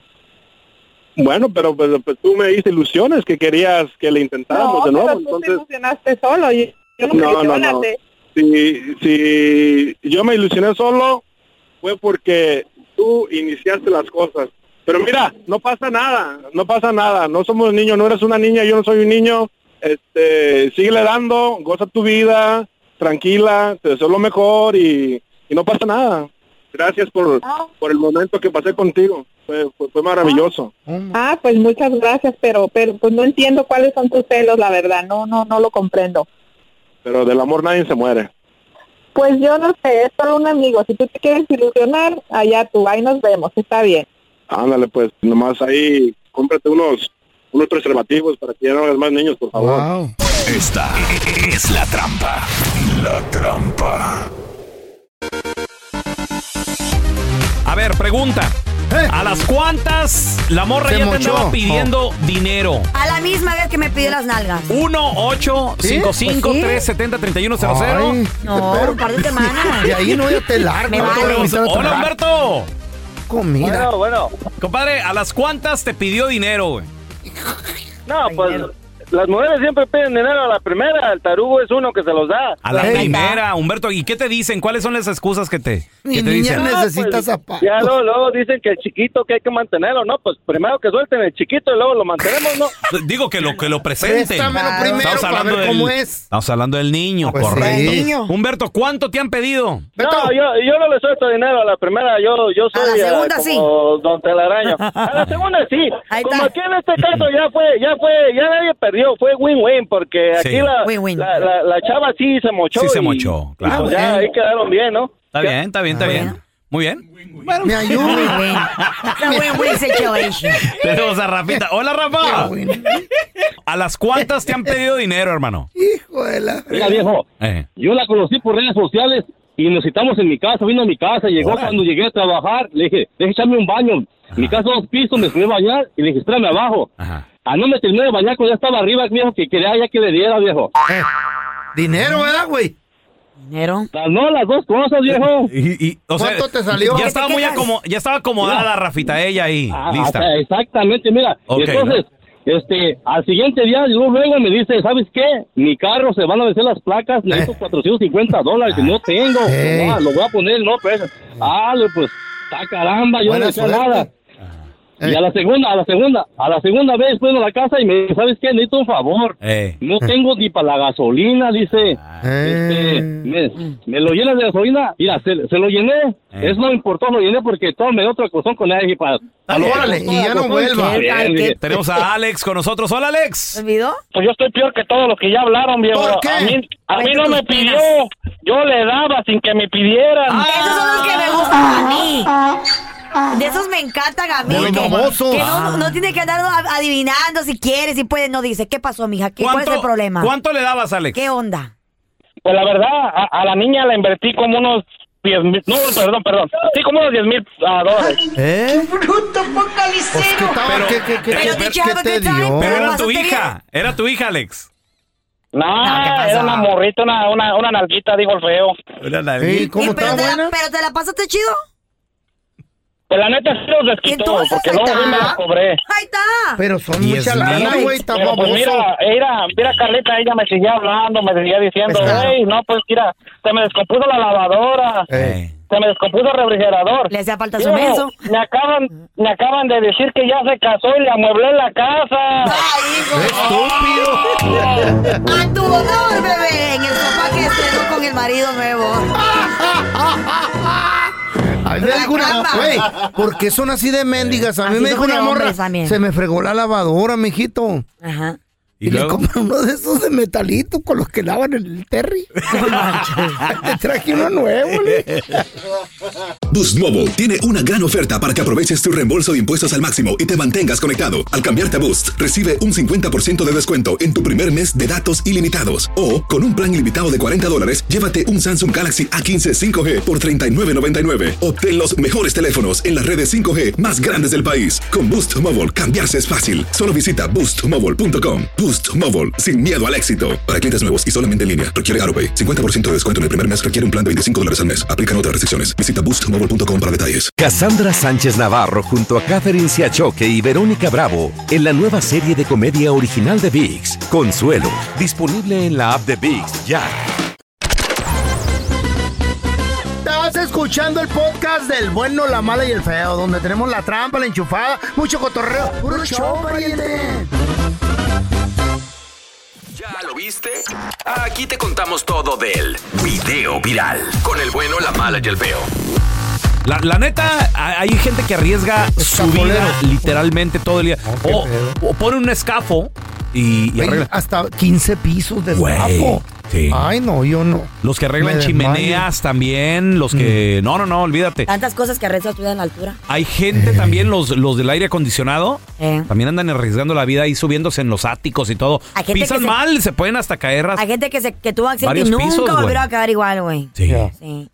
[SPEAKER 13] Bueno, pero pues, pues, tú me diste ilusiones que querías que le intentáramos
[SPEAKER 14] No,
[SPEAKER 13] Ah, pues, de nuevo.
[SPEAKER 14] pero tú te
[SPEAKER 13] Entonces,
[SPEAKER 14] emocionaste solo. Yo, yo no, me
[SPEAKER 13] no, no, no.
[SPEAKER 14] ilusionaste.
[SPEAKER 13] Si, si yo me ilusioné solo, fue porque tú iniciaste las cosas. Pero mira, no pasa nada, no pasa nada. No somos niños, no eres una niña, yo no soy un niño. Este, síguele dando, goza tu vida, tranquila, te deseo lo mejor y, y no pasa nada. Gracias por,
[SPEAKER 14] Ah.
[SPEAKER 13] por el momento que pasé contigo. Fue, fue- fue maravilloso.
[SPEAKER 14] Ah, pues muchas gracias, pero pero pues no entiendo cuáles son tus celos, la verdad. No, no, no lo comprendo.
[SPEAKER 13] Pero del amor nadie se muere.
[SPEAKER 14] Pues yo no sé, es solo un amigo. Si tú te quieres ilusionar, allá tú, ahí nos vemos, está bien.
[SPEAKER 13] Ándale, pues, nomás ahí, cómprate unos, unos preservativos para que ya no hagas más niños, por favor.
[SPEAKER 7] Esta es la trampa. La trampa.
[SPEAKER 1] A ver, pregunta. ¿A las cuántas la morra
[SPEAKER 2] Eh. Se
[SPEAKER 1] ya te
[SPEAKER 2] mochó. Oh.
[SPEAKER 1] andaba pidiendo dinero?
[SPEAKER 2] A la misma vez que me pidió las nalgas.
[SPEAKER 1] 1 8 5 5 3 70 31 0 0
[SPEAKER 2] No, un par de
[SPEAKER 5] [laughs]
[SPEAKER 2] semanas.
[SPEAKER 1] De ahí no, ya te largo.
[SPEAKER 2] Me vale.
[SPEAKER 1] Hola, Humberto.
[SPEAKER 12] Comida. Bueno, bueno.
[SPEAKER 1] Compadre, ¿a las cuántas te pidió dinero, güey?
[SPEAKER 12] No, pues las mujeres siempre piden dinero a la primera. El tarugo es uno que se los da.
[SPEAKER 1] A la primera, Humberto. ¿Y qué te dicen? ¿Cuáles son las excusas que te,
[SPEAKER 12] Mi
[SPEAKER 1] que te
[SPEAKER 12] niña
[SPEAKER 1] dicen?
[SPEAKER 11] Ah,
[SPEAKER 12] necesita
[SPEAKER 11] pues,
[SPEAKER 3] zapatos.
[SPEAKER 12] Ya luego, luego dicen que el chiquito que hay que mantenerlo, ¿no? Pues primero que suelten el chiquito y luego lo mantenemos, ¿no?
[SPEAKER 1] Digo que lo que lo presente.
[SPEAKER 12] Préstamelo primero para ver
[SPEAKER 1] del,
[SPEAKER 12] cómo es.
[SPEAKER 1] Estamos hablando del niño,
[SPEAKER 12] Pues
[SPEAKER 1] correcto.
[SPEAKER 12] sí. Niño.
[SPEAKER 1] Humberto, ¿cuánto te han pedido?
[SPEAKER 12] No, yo, yo no le suelto dinero a la primera, yo, yo soy
[SPEAKER 1] A la
[SPEAKER 12] eh,
[SPEAKER 1] segunda
[SPEAKER 12] como Don
[SPEAKER 1] [laughs]
[SPEAKER 12] Telaraño. A la segunda sí, como aquí en este caso ya fue, ya fue, ya nadie perdió, fue win-win, porque
[SPEAKER 1] Sí.
[SPEAKER 12] aquí la, La, la- la chava sí se mochó.
[SPEAKER 1] Sí se
[SPEAKER 12] y-
[SPEAKER 1] mochó,
[SPEAKER 12] y
[SPEAKER 1] claro.
[SPEAKER 12] pues ya ahí quedaron bien, ¿no?
[SPEAKER 1] Está bien, está bien, está bien. Muy bien.
[SPEAKER 3] Me
[SPEAKER 5] [laughs]
[SPEAKER 3] ayuda.
[SPEAKER 2] Muy bien. Una win-win situation.
[SPEAKER 1] Tenemos a Rafita. Hola, Rafa. ¿A las cuántas te han pedido dinero, hermano?
[SPEAKER 8] Mira, viejo,
[SPEAKER 1] Eh.
[SPEAKER 8] yo la conocí por redes sociales y nos citamos en mi casa, vino a mi casa, llegó
[SPEAKER 1] Órale.
[SPEAKER 8] cuando llegué a trabajar, le dije, deja echarme un baño. Mi casa dos pisos, me fui a bañar y le dije, espérame abajo. Ah, no me terminé de bañar cuando ya estaba arriba, viejo, que quería ya que le diera, viejo.
[SPEAKER 1] Eh.
[SPEAKER 3] Dinero, ¿verdad, güey?
[SPEAKER 2] Dinero.
[SPEAKER 8] No, las dos cosas, viejo.
[SPEAKER 1] Y, y, o sea,
[SPEAKER 8] ¿Cuánto te salió?
[SPEAKER 1] Ya estaba,
[SPEAKER 8] ¿Qué
[SPEAKER 1] muy
[SPEAKER 8] quedas?
[SPEAKER 1] acomo- ya estaba acomodada,
[SPEAKER 8] Mira.
[SPEAKER 1] Rafita, ella ahí.
[SPEAKER 8] Ah,
[SPEAKER 1] lista.
[SPEAKER 8] ah, Exactamente, mira.
[SPEAKER 1] Ok,
[SPEAKER 8] Entonces, este, al siguiente día, yo luego me dice, ¿sabes qué? Mi carro se van a vencer las placas, necesito 450 dólares, y no tengo.
[SPEAKER 15] Ey.
[SPEAKER 8] Ah, lo voy a poner, no, pues. Ah, le, pues, está caramba, yo
[SPEAKER 15] Buena
[SPEAKER 8] no decía
[SPEAKER 15] suerte.
[SPEAKER 8] nada.
[SPEAKER 1] Eh.
[SPEAKER 8] Y a la segunda, a la segunda, a la segunda vez fui a la casa y me dice, ¿sabes qué? Necesito un favor.
[SPEAKER 1] Eh.
[SPEAKER 8] No tengo ni para la gasolina, dice.
[SPEAKER 1] Ah. Eh.
[SPEAKER 8] Este, me, me lo llenas de gasolina. Mira, se, se lo llené.
[SPEAKER 1] Eh.
[SPEAKER 8] Eso no me importó, lo llené porque todo me dio otra cosa con él. Y para, para lo-
[SPEAKER 1] Órale,
[SPEAKER 8] para- para- Bien, dije.
[SPEAKER 1] Tenemos a Alex con nosotros. Hola, Alex.
[SPEAKER 2] ¿Olvidó?
[SPEAKER 8] Pues yo estoy peor que todos los que ya hablaron, viejo.
[SPEAKER 1] ¿Por qué?
[SPEAKER 8] A mí, a mí
[SPEAKER 2] Cuenta
[SPEAKER 8] no me
[SPEAKER 2] tus
[SPEAKER 8] pidió. Yo le daba sin que me pidieran.
[SPEAKER 1] Ah,
[SPEAKER 2] Esos son los que me gustan a mí. De esos me encantan a mí.
[SPEAKER 8] De los
[SPEAKER 2] que-
[SPEAKER 8] babosos.
[SPEAKER 2] que no, no tiene que andar a- adivinando si quiere, si puede, no dice. ¿Qué pasó, mija? ¿Qué, ¿Cuál es el problema?
[SPEAKER 1] ¿Cuánto le dabas, Alex?
[SPEAKER 2] ¿Qué onda?
[SPEAKER 8] Pues la verdad, a, a la niña la invertí como unos 10 mil. No, perdón, perdón. Sí, como unos 10 mil ah, dólares.
[SPEAKER 3] ¿Eh?
[SPEAKER 2] ¡Bruto, focalicero!
[SPEAKER 3] Pero, ¿qué, qué, qué,
[SPEAKER 2] pero
[SPEAKER 3] qué-
[SPEAKER 2] did
[SPEAKER 3] qué
[SPEAKER 2] you have a
[SPEAKER 3] te
[SPEAKER 2] good time?
[SPEAKER 3] dio?
[SPEAKER 1] Pero era tu
[SPEAKER 2] ¿Pasaste
[SPEAKER 1] hija. Era tu hija, Alex.
[SPEAKER 8] No, era una morrita, una, una, una nalguita, dijo el feo.
[SPEAKER 1] Era la vida.
[SPEAKER 2] ¿Y pero, te la, pero te la pasaste chido.
[SPEAKER 8] Pues la neta sí los desquitó, porque luego sí me la cobré.
[SPEAKER 2] Ahí está.
[SPEAKER 3] Pero son
[SPEAKER 8] Diez
[SPEAKER 3] mucha
[SPEAKER 8] mil.
[SPEAKER 3] lana, güey, está
[SPEAKER 8] Pero pues
[SPEAKER 3] baboso.
[SPEAKER 8] mira, mira, mira, Carlita, ella me seguía hablando, me seguía diciendo,
[SPEAKER 3] Pescado.
[SPEAKER 8] hey, no, pues mira, se me descompuso la lavadora,
[SPEAKER 3] Eh.
[SPEAKER 8] se me descompuso el refrigerador.
[SPEAKER 2] Le hacía falta su
[SPEAKER 8] Yo,
[SPEAKER 2] beso.
[SPEAKER 8] Me acaban, me acaban de decir que ya se casó y le amueblé la casa.
[SPEAKER 2] [laughs] ¡Estúpido! A tu honor, bebé, en el sofá que estrenó con el
[SPEAKER 1] [laughs]
[SPEAKER 2] marido nuevo.
[SPEAKER 3] A mí me dijo una,
[SPEAKER 2] Reclama.
[SPEAKER 3] güey, ¿por qué son así de mendigas? A mí
[SPEAKER 2] Así
[SPEAKER 3] me
[SPEAKER 2] son
[SPEAKER 3] dijo una
[SPEAKER 2] de
[SPEAKER 3] morra,
[SPEAKER 2] hombres también.
[SPEAKER 3] se me fregó la lavadora, mijito.
[SPEAKER 2] Ajá.
[SPEAKER 3] Y, le compré uno de esos de metalito con los que lavan el
[SPEAKER 2] [laughs]
[SPEAKER 3] terry. [laughs] Te traje uno nuevo, le.
[SPEAKER 9] Boost Mobile tiene una gran oferta para que aproveches tu reembolso de impuestos al máximo y te mantengas conectado. Al cambiarte a Boost, recibe un 50% de descuento en tu primer mes de datos ilimitados. O, con un plan ilimitado de 40 dólares, llévate un Samsung Galaxy A15 5G por 39.99. Obtén los mejores teléfonos en las redes 5G más grandes del país. Con Boost Mobile, cambiarse es fácil. Solo visita boostmobile.com. Boost Boost Mobile, sin miedo al éxito. Para clientes nuevos y solamente en línea, requiere AroPay. 50% de descuento en el primer mes requiere un plan de 25 dólares al mes. Aplican otras restricciones. Visita boostmobile.com para detalles.
[SPEAKER 10] Cassandra Sánchez Navarro junto a Catherine Siachoque y Verónica Bravo en la nueva serie de comedia original de VIX, Consuelo, disponible en la app de VIX ya.
[SPEAKER 3] Estás escuchando el podcast del bueno, la mala y el feo, donde tenemos la trampa, la enchufada, mucho cotorreo. ¡Puro show, pariente!
[SPEAKER 15] ¿Ya lo viste? Aquí te contamos todo del video viral. Con el bueno, la mala y el feo.
[SPEAKER 1] La, la neta, a- hay gente que arriesga su vida literalmente todo el día. O, o pone un escafo y, y
[SPEAKER 3] Oh, Güey,
[SPEAKER 1] arregla.
[SPEAKER 3] hasta 15 pisos de
[SPEAKER 1] Güey,
[SPEAKER 3] escafo.
[SPEAKER 1] sí.
[SPEAKER 3] Ay, no, yo no.
[SPEAKER 1] Los que arreglan
[SPEAKER 3] Me Mm.
[SPEAKER 1] chimeneas también, los que... No, no, no, olvídate.
[SPEAKER 2] Tantas cosas que arriesgas tu vida en la altura.
[SPEAKER 1] Hay
[SPEAKER 3] Eh.
[SPEAKER 1] gente también, los, los del aire acondicionado,
[SPEAKER 2] Eh.
[SPEAKER 1] también andan arriesgando la vida ahí subiéndose en los áticos y todo.
[SPEAKER 2] Hay gente
[SPEAKER 1] Pisan
[SPEAKER 2] que se-
[SPEAKER 1] mal, se... pueden hasta caer.
[SPEAKER 2] Hay gente que, se, que tuvo accidente
[SPEAKER 1] Varios
[SPEAKER 2] y nunca
[SPEAKER 1] pisos, güey.
[SPEAKER 2] volverá a quedar igual, güey.
[SPEAKER 1] Sí.
[SPEAKER 2] Sí.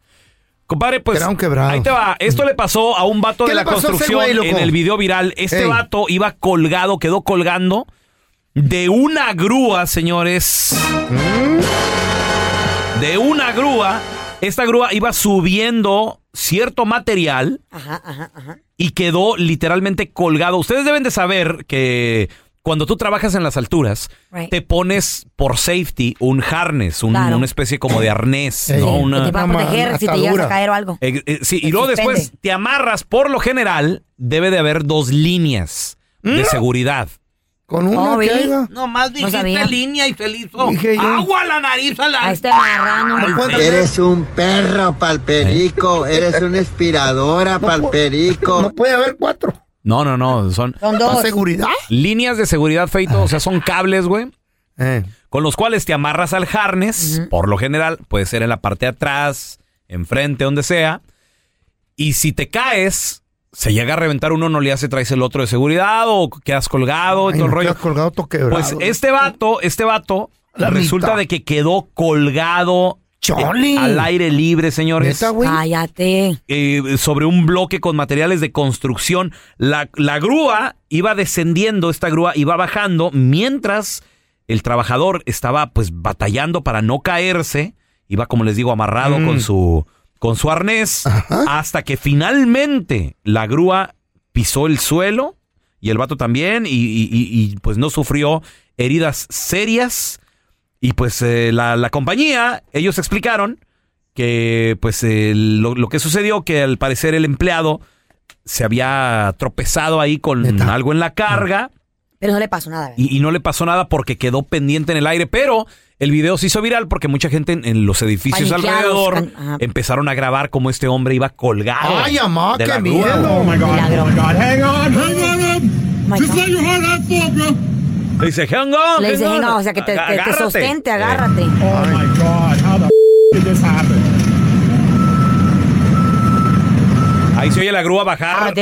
[SPEAKER 1] Compadre, pues
[SPEAKER 3] Era un quebrado.
[SPEAKER 1] ahí te va. Esto le pasó a un vato
[SPEAKER 3] ¿Qué
[SPEAKER 1] de
[SPEAKER 3] le
[SPEAKER 1] la
[SPEAKER 3] pasó a ese
[SPEAKER 1] construcción
[SPEAKER 3] güey, loco?
[SPEAKER 1] en el video viral. Este
[SPEAKER 3] Ey.
[SPEAKER 1] vato iba colgado, quedó colgando de una grúa, señores.
[SPEAKER 3] ¿Mm?
[SPEAKER 1] De una grúa. Esta grúa iba subiendo cierto material
[SPEAKER 2] Ajá, ajá, ajá.
[SPEAKER 1] y quedó literalmente colgado. Ustedes deben de saber que cuando tú trabajas en las alturas,
[SPEAKER 2] Right.
[SPEAKER 1] te pones por safety un harness, un-
[SPEAKER 2] Claro.
[SPEAKER 1] una especie como de arnés,
[SPEAKER 2] Sí,
[SPEAKER 1] ¿no?
[SPEAKER 2] que
[SPEAKER 1] Una,
[SPEAKER 2] te va a proteger si te llegas a caer o algo.
[SPEAKER 1] eh, eh, sí, y luego
[SPEAKER 2] suspende.
[SPEAKER 1] después te amarras. Por lo general, debe de haber dos líneas de seguridad.
[SPEAKER 3] Con
[SPEAKER 2] Oh,
[SPEAKER 11] No,
[SPEAKER 1] que
[SPEAKER 11] Nomás dijiste
[SPEAKER 1] sabía.
[SPEAKER 11] línea y se le hizo
[SPEAKER 1] Dije yo.
[SPEAKER 11] agua a la nariz a la...
[SPEAKER 2] A este marrano.
[SPEAKER 11] Al
[SPEAKER 16] Eres un perro, palperico.
[SPEAKER 1] ¿Eh?
[SPEAKER 16] Eres
[SPEAKER 3] [laughs]
[SPEAKER 16] una inspiradora, palperico. No
[SPEAKER 3] puede haber cuatro.
[SPEAKER 1] No, no, no. Son,
[SPEAKER 3] Son dos. ¿Para seguridad?
[SPEAKER 1] Líneas de seguridad, Feito. O sea, son cables, güey.
[SPEAKER 3] Eh.
[SPEAKER 1] Con los cuales te amarras al harness. Por lo general, puede ser en la parte de atrás, enfrente, donde sea. Y si te caes, se llega a reventar uno, no le hace, traes el otro de seguridad o quedas colgado y
[SPEAKER 3] Ay,
[SPEAKER 1] todo el
[SPEAKER 3] no,
[SPEAKER 1] rollo.
[SPEAKER 3] quedas colgado, todo quebrado.
[SPEAKER 1] Pues este vato, este vato,
[SPEAKER 3] La
[SPEAKER 1] resulta
[SPEAKER 3] mitad.
[SPEAKER 1] de que quedó colgado
[SPEAKER 3] Chole.
[SPEAKER 1] eh, al aire libre, señores.
[SPEAKER 2] Cállate.
[SPEAKER 1] Eh, sobre un bloque con materiales de construcción. La, la grúa iba descendiendo, esta grúa iba bajando, mientras el trabajador estaba pues batallando para no caerse. Iba, como les digo, amarrado
[SPEAKER 3] Mm.
[SPEAKER 1] con su con su arnés. Hasta que finalmente la grúa pisó el suelo y el vato también. Y, y- y- y, pues no sufrió heridas serias. Y pues eh, la, la compañía, ellos explicaron que pues eh, lo, lo que sucedió, que al parecer el empleado se había tropezado ahí con algo en la carga
[SPEAKER 2] Pero no le pasó nada. ¿verdad?
[SPEAKER 1] y, y no le pasó nada porque quedó pendiente en el aire, pero el video se hizo viral porque mucha gente en, en los edificios
[SPEAKER 2] Paniqueados,
[SPEAKER 1] alrededor
[SPEAKER 2] pan- ajá.
[SPEAKER 1] empezaron a grabar cómo este hombre iba colgado.
[SPEAKER 3] Ay, amá,
[SPEAKER 1] de la
[SPEAKER 3] qué
[SPEAKER 1] grúa.
[SPEAKER 3] miedo. Oh, my God, oh, my God. Hang on, hang
[SPEAKER 12] Oh
[SPEAKER 2] on. Just let your heart out, full, bro.
[SPEAKER 1] Le dice, hang on,
[SPEAKER 2] Le dice,
[SPEAKER 1] hang on".
[SPEAKER 2] "Venga", o sea, que te, que te
[SPEAKER 1] Agárrate.
[SPEAKER 2] sostente,
[SPEAKER 1] Eh,
[SPEAKER 2] agárrate. Oh my
[SPEAKER 3] God, how the
[SPEAKER 12] did this happen?
[SPEAKER 1] Ahí se oye la grúa bajar.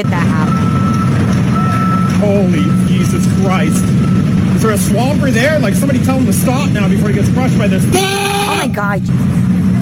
[SPEAKER 12] Holy Jesus Christ. Is there a swamper there? Like somebody tell him to stop now before he gets crushed by this.
[SPEAKER 2] Oh my God.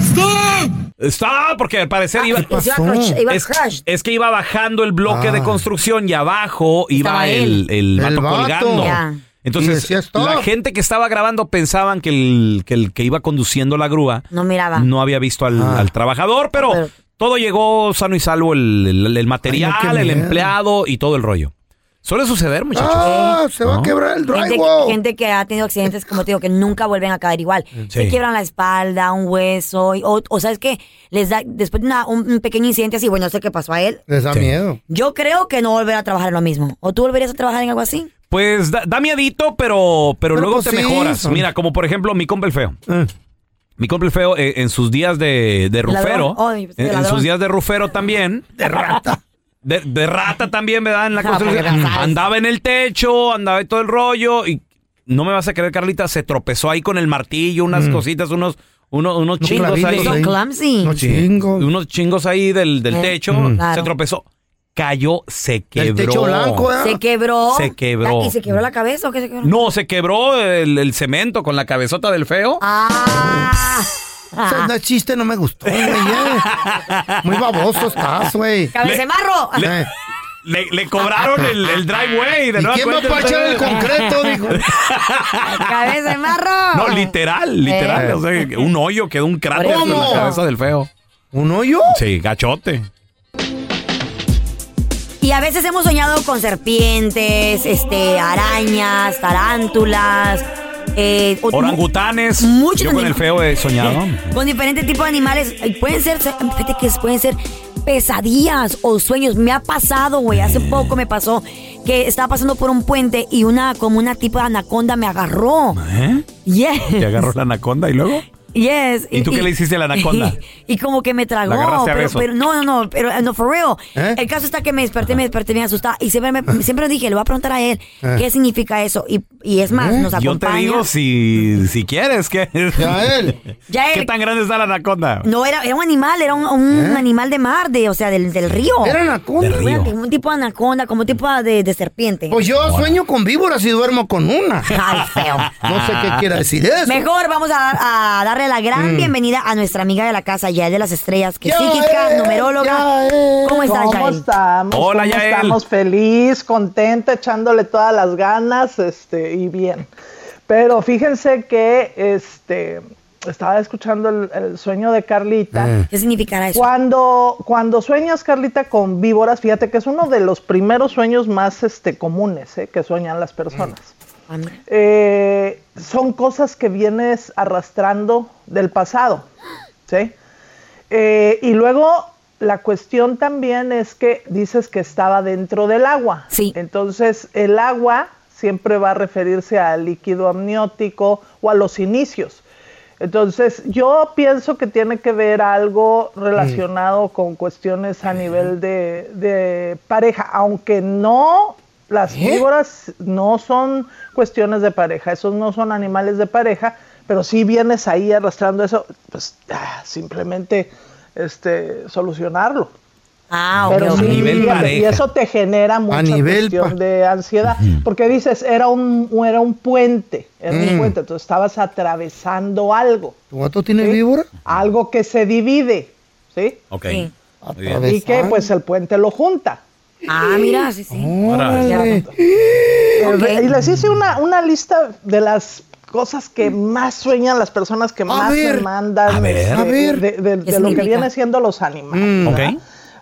[SPEAKER 12] Stop!
[SPEAKER 1] Está, porque al parecer iba,
[SPEAKER 12] pues iba crushed, iba
[SPEAKER 1] es, es que iba bajando el bloque
[SPEAKER 3] Ah.
[SPEAKER 1] de construcción y abajo iba
[SPEAKER 12] Estaba
[SPEAKER 1] el,
[SPEAKER 12] él.
[SPEAKER 1] el vato
[SPEAKER 12] El vato.
[SPEAKER 1] colgando.
[SPEAKER 12] Ya.
[SPEAKER 3] Y
[SPEAKER 1] Entonces,
[SPEAKER 3] decía, "Stop".
[SPEAKER 1] la gente que estaba grabando pensaban que el que, el que iba conduciendo la grúa
[SPEAKER 2] No miraba.
[SPEAKER 1] no había visto al,
[SPEAKER 3] Ah.
[SPEAKER 1] al trabajador, pero, todo llegó sano y salvo, el, el- el material,
[SPEAKER 3] Ay, no, qué
[SPEAKER 1] el
[SPEAKER 3] miedo.
[SPEAKER 1] empleado y todo el rollo. Suele suceder, muchachos.
[SPEAKER 3] Ah, se va a
[SPEAKER 1] ¿No?
[SPEAKER 3] quebrar el
[SPEAKER 2] Gente,
[SPEAKER 3] drywall.
[SPEAKER 2] gente que ha tenido accidentes, como te digo, que nunca vuelven a caer igual. Se
[SPEAKER 1] Sí.
[SPEAKER 2] quiebran la espalda, un hueso, y- o, o sabes que les da, después de una- un, un pequeño incidente así, bueno, no sé qué pasó a él.
[SPEAKER 3] Les da miedo.
[SPEAKER 2] Yo creo que no volverá a trabajar en lo mismo. ¿O tú volverías a trabajar en algo así?
[SPEAKER 1] Pues da, da miedito, pero, pero,
[SPEAKER 2] Pero
[SPEAKER 1] luego
[SPEAKER 2] pues
[SPEAKER 1] te
[SPEAKER 2] sí,
[SPEAKER 1] mejoras.
[SPEAKER 2] son- Eh.
[SPEAKER 1] Mira, como por ejemplo mi compa el feo. Mi compa el feo eh, en sus días de, de
[SPEAKER 2] Ladrón.
[SPEAKER 1] rufero.
[SPEAKER 2] Ay, pues, de
[SPEAKER 1] en- en,
[SPEAKER 2] ladrón.
[SPEAKER 1] sus días de rufero
[SPEAKER 2] [laughs]
[SPEAKER 1] también. De rata. De, rata también, ¿verdad? En la
[SPEAKER 2] No,
[SPEAKER 1] construcción.
[SPEAKER 2] porque no sabes.
[SPEAKER 1] andaba en el techo, andaba en todo el rollo y no me vas a creer, Carlita, se tropezó ahí con el martillo, unas cositas, unos, unos, unos
[SPEAKER 2] Mm. Unos
[SPEAKER 1] chingos
[SPEAKER 2] clavitos
[SPEAKER 1] ahí.
[SPEAKER 2] ahí. Son clumsy. Unos
[SPEAKER 1] chingos. Unos chingos ahí del, del
[SPEAKER 2] Eh,
[SPEAKER 1] techo.
[SPEAKER 2] mm. Claro.
[SPEAKER 1] Se tropezó. Cayó, se quebró.
[SPEAKER 3] ¿eh?
[SPEAKER 2] Se quebró.
[SPEAKER 1] Se quebró.
[SPEAKER 2] ¿Y se quebró la cabeza o qué se quebró?
[SPEAKER 1] No, se quebró el, el cemento con la cabezota del feo.
[SPEAKER 2] Ah.
[SPEAKER 1] ah.
[SPEAKER 2] [laughs]
[SPEAKER 3] Ese chiste
[SPEAKER 1] [laughs]
[SPEAKER 3] no me gustó, güey. eh. Muy baboso estás, güey.
[SPEAKER 2] ¡Cabecemarro!
[SPEAKER 3] Eh.
[SPEAKER 1] Le, le cobraron el, el driveway. De
[SPEAKER 3] ¿Y
[SPEAKER 1] nueva
[SPEAKER 3] quién va a
[SPEAKER 1] cuenta.
[SPEAKER 3] parchar el concreto? Dijo.
[SPEAKER 2] [laughs] ¡Cabeza de marro!
[SPEAKER 1] [laughs] No, literal, literal.
[SPEAKER 2] Eh.
[SPEAKER 1] O sea, que un hoyo, quedó un cráter en la
[SPEAKER 3] ¿Cómo?
[SPEAKER 1] cabeza del feo.
[SPEAKER 3] ¿Un hoyo?
[SPEAKER 1] Sí, gachote.
[SPEAKER 2] Y a veces hemos soñado con serpientes, este, arañas, tarántulas. eh, o-
[SPEAKER 1] Orangutanes.
[SPEAKER 2] Muchos
[SPEAKER 1] Yo con
[SPEAKER 2] anim-
[SPEAKER 1] el feo he soñado.
[SPEAKER 2] Con diferentes tipos de animales. Y Pueden ser, se- fíjate que pueden ser pesadillas o sueños. Me ha pasado, güey. Hace poco me pasó que estaba pasando por un puente y una, como una tipo de anaconda me agarró.
[SPEAKER 1] ¿Eh?
[SPEAKER 2] Yes.
[SPEAKER 1] Te agarró la anaconda y luego.
[SPEAKER 2] Yes.
[SPEAKER 1] ¿Y tú qué le hiciste a la anaconda?
[SPEAKER 2] [laughs] Y, como que me tragó.
[SPEAKER 1] ¿La agarraste a
[SPEAKER 2] pero,
[SPEAKER 1] besos?
[SPEAKER 2] pero- no, no, no, pero eh, no, for real. El caso está que me desperté, me desperté bien asustada. Y siempre, me, siempre dije, le voy a preguntar a él
[SPEAKER 1] Ah.
[SPEAKER 2] qué significa eso. Y, y es más, nos
[SPEAKER 1] ¿Eh? Yo te
[SPEAKER 2] acompaña.
[SPEAKER 1] digo si, si quieres que.
[SPEAKER 3] Yael.
[SPEAKER 1] [laughs]
[SPEAKER 2] Yael.
[SPEAKER 1] ¿Qué tan grande está la anaconda?
[SPEAKER 2] No, era, era un animal, era un,
[SPEAKER 1] ¿Eh?
[SPEAKER 2] un animal de mar, de, o sea, del, del río.
[SPEAKER 3] Era anaconda. Del río.
[SPEAKER 2] Como un tipo de anaconda, como un tipo de, de serpiente.
[SPEAKER 3] Pues yo sueño con víboras y duermo con una.
[SPEAKER 2] [laughs] Ay, feo.
[SPEAKER 3] No sé qué quiera decir eso.
[SPEAKER 2] Mejor vamos a, a darle la gran
[SPEAKER 3] Mm.
[SPEAKER 2] bienvenida a nuestra amiga de la casa, Yael de las Estrellas, que es psíquica, numeróloga. ¿Cómo estás,
[SPEAKER 17] ¿Cómo
[SPEAKER 2] Yael?
[SPEAKER 17] estamos?
[SPEAKER 2] Hola,
[SPEAKER 17] ¿Cómo
[SPEAKER 2] Yael.
[SPEAKER 17] Estamos feliz, contenta, echándole todas las ganas, este, y bien. Pero fíjense que, este, estaba escuchando el, el sueño de Carlita.
[SPEAKER 2] Mm. ¿Qué significará eso?
[SPEAKER 17] Cuando, cuando sueñas, Carlita, con víboras, fíjate que es uno de los primeros sueños más, este, comunes, ¿eh? que sueñan las personas.
[SPEAKER 2] Mm.
[SPEAKER 17] Eh, son cosas que vienes arrastrando del pasado, ¿sí? Eh, y luego la cuestión también es que dices que estaba dentro del agua. Sí. Entonces el agua siempre va a referirse al líquido amniótico o a los inicios. Entonces yo pienso que tiene que ver algo
[SPEAKER 2] Mm.
[SPEAKER 17] relacionado con cuestiones a nivel de, de pareja, aunque no
[SPEAKER 2] ¿Eh?
[SPEAKER 17] las víboras no son cuestiones de pareja, esos no son animales de pareja, pero si vienes ahí arrastrando eso, pues ah, simplemente este solucionarlo.
[SPEAKER 2] Ah,
[SPEAKER 17] pero
[SPEAKER 2] ok, ok.
[SPEAKER 17] sí,
[SPEAKER 2] A nivel
[SPEAKER 17] fíjate, y
[SPEAKER 2] pareja.
[SPEAKER 17] eso te genera mucha
[SPEAKER 2] nivel
[SPEAKER 17] cuestión de ansiedad, porque dices, era un era un puente, era un
[SPEAKER 3] Mm.
[SPEAKER 17] puente, entonces estabas atravesando algo,
[SPEAKER 3] ¿Tu gato tiene víbora?
[SPEAKER 17] algo que se divide, ¿sí?
[SPEAKER 1] Ok.
[SPEAKER 17] Sí.
[SPEAKER 1] Muy bien.
[SPEAKER 17] Y que pues el puente lo junta.
[SPEAKER 2] Ah, mira, sí, sí.
[SPEAKER 17] Órale. Y les hice una, una lista de las cosas que más sueñan las personas que más me
[SPEAKER 3] ver.
[SPEAKER 17] mandan
[SPEAKER 3] A ver.
[SPEAKER 17] este,
[SPEAKER 3] A ver.
[SPEAKER 17] de, de- de
[SPEAKER 3] ¿Qué
[SPEAKER 17] lo que
[SPEAKER 3] significa?
[SPEAKER 17] viene siendo los animales.
[SPEAKER 3] Ok.
[SPEAKER 17] ¿verdad?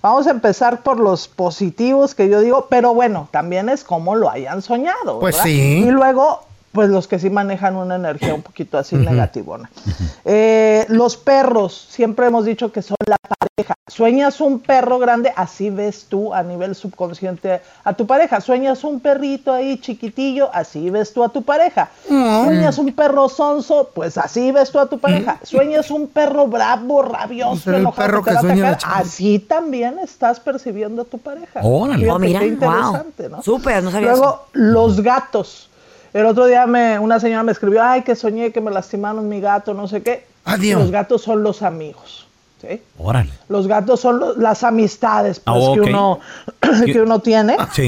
[SPEAKER 17] Vamos a empezar por los positivos que yo digo, pero bueno, también es como lo hayan soñado.
[SPEAKER 3] Pues
[SPEAKER 17] ¿verdad?
[SPEAKER 3] sí.
[SPEAKER 17] Y luego, pues los que sí manejan una energía un poquito así negativona. Eh, los perros, siempre hemos dicho que son la pareja. Sueñas un perro grande, así ves tú a nivel subconsciente a tu pareja. Sueñas un perrito ahí chiquitillo, así ves tú a tu pareja.
[SPEAKER 3] Mm.
[SPEAKER 17] Sueñas un perro sonso, pues así ves tú a tu pareja. Sueñas un perro bravo, rabioso,
[SPEAKER 3] Será Mm. el
[SPEAKER 17] enojado,
[SPEAKER 3] perro
[SPEAKER 17] que
[SPEAKER 3] que
[SPEAKER 17] te va a
[SPEAKER 3] sueña la
[SPEAKER 17] atacar, así también estás percibiendo a tu pareja.
[SPEAKER 2] Órale.
[SPEAKER 17] Fíjate
[SPEAKER 2] Oh, mira,
[SPEAKER 17] qué
[SPEAKER 2] wow.
[SPEAKER 17] interesante, ¿no?
[SPEAKER 2] Súper, no sabía
[SPEAKER 17] Luego,
[SPEAKER 2] eso.
[SPEAKER 17] los gatos. El otro día me, una señora me escribió, ay, que soñé que me lastimaron mi gato, no sé qué.
[SPEAKER 3] Dios.
[SPEAKER 17] Los gatos son los amigos. ¿sí?
[SPEAKER 1] Órale.
[SPEAKER 17] Los gatos son lo- las amistades pues,
[SPEAKER 1] Ah, ok.
[SPEAKER 17] que, uno, [clears throat] que uno tiene.
[SPEAKER 1] Sí.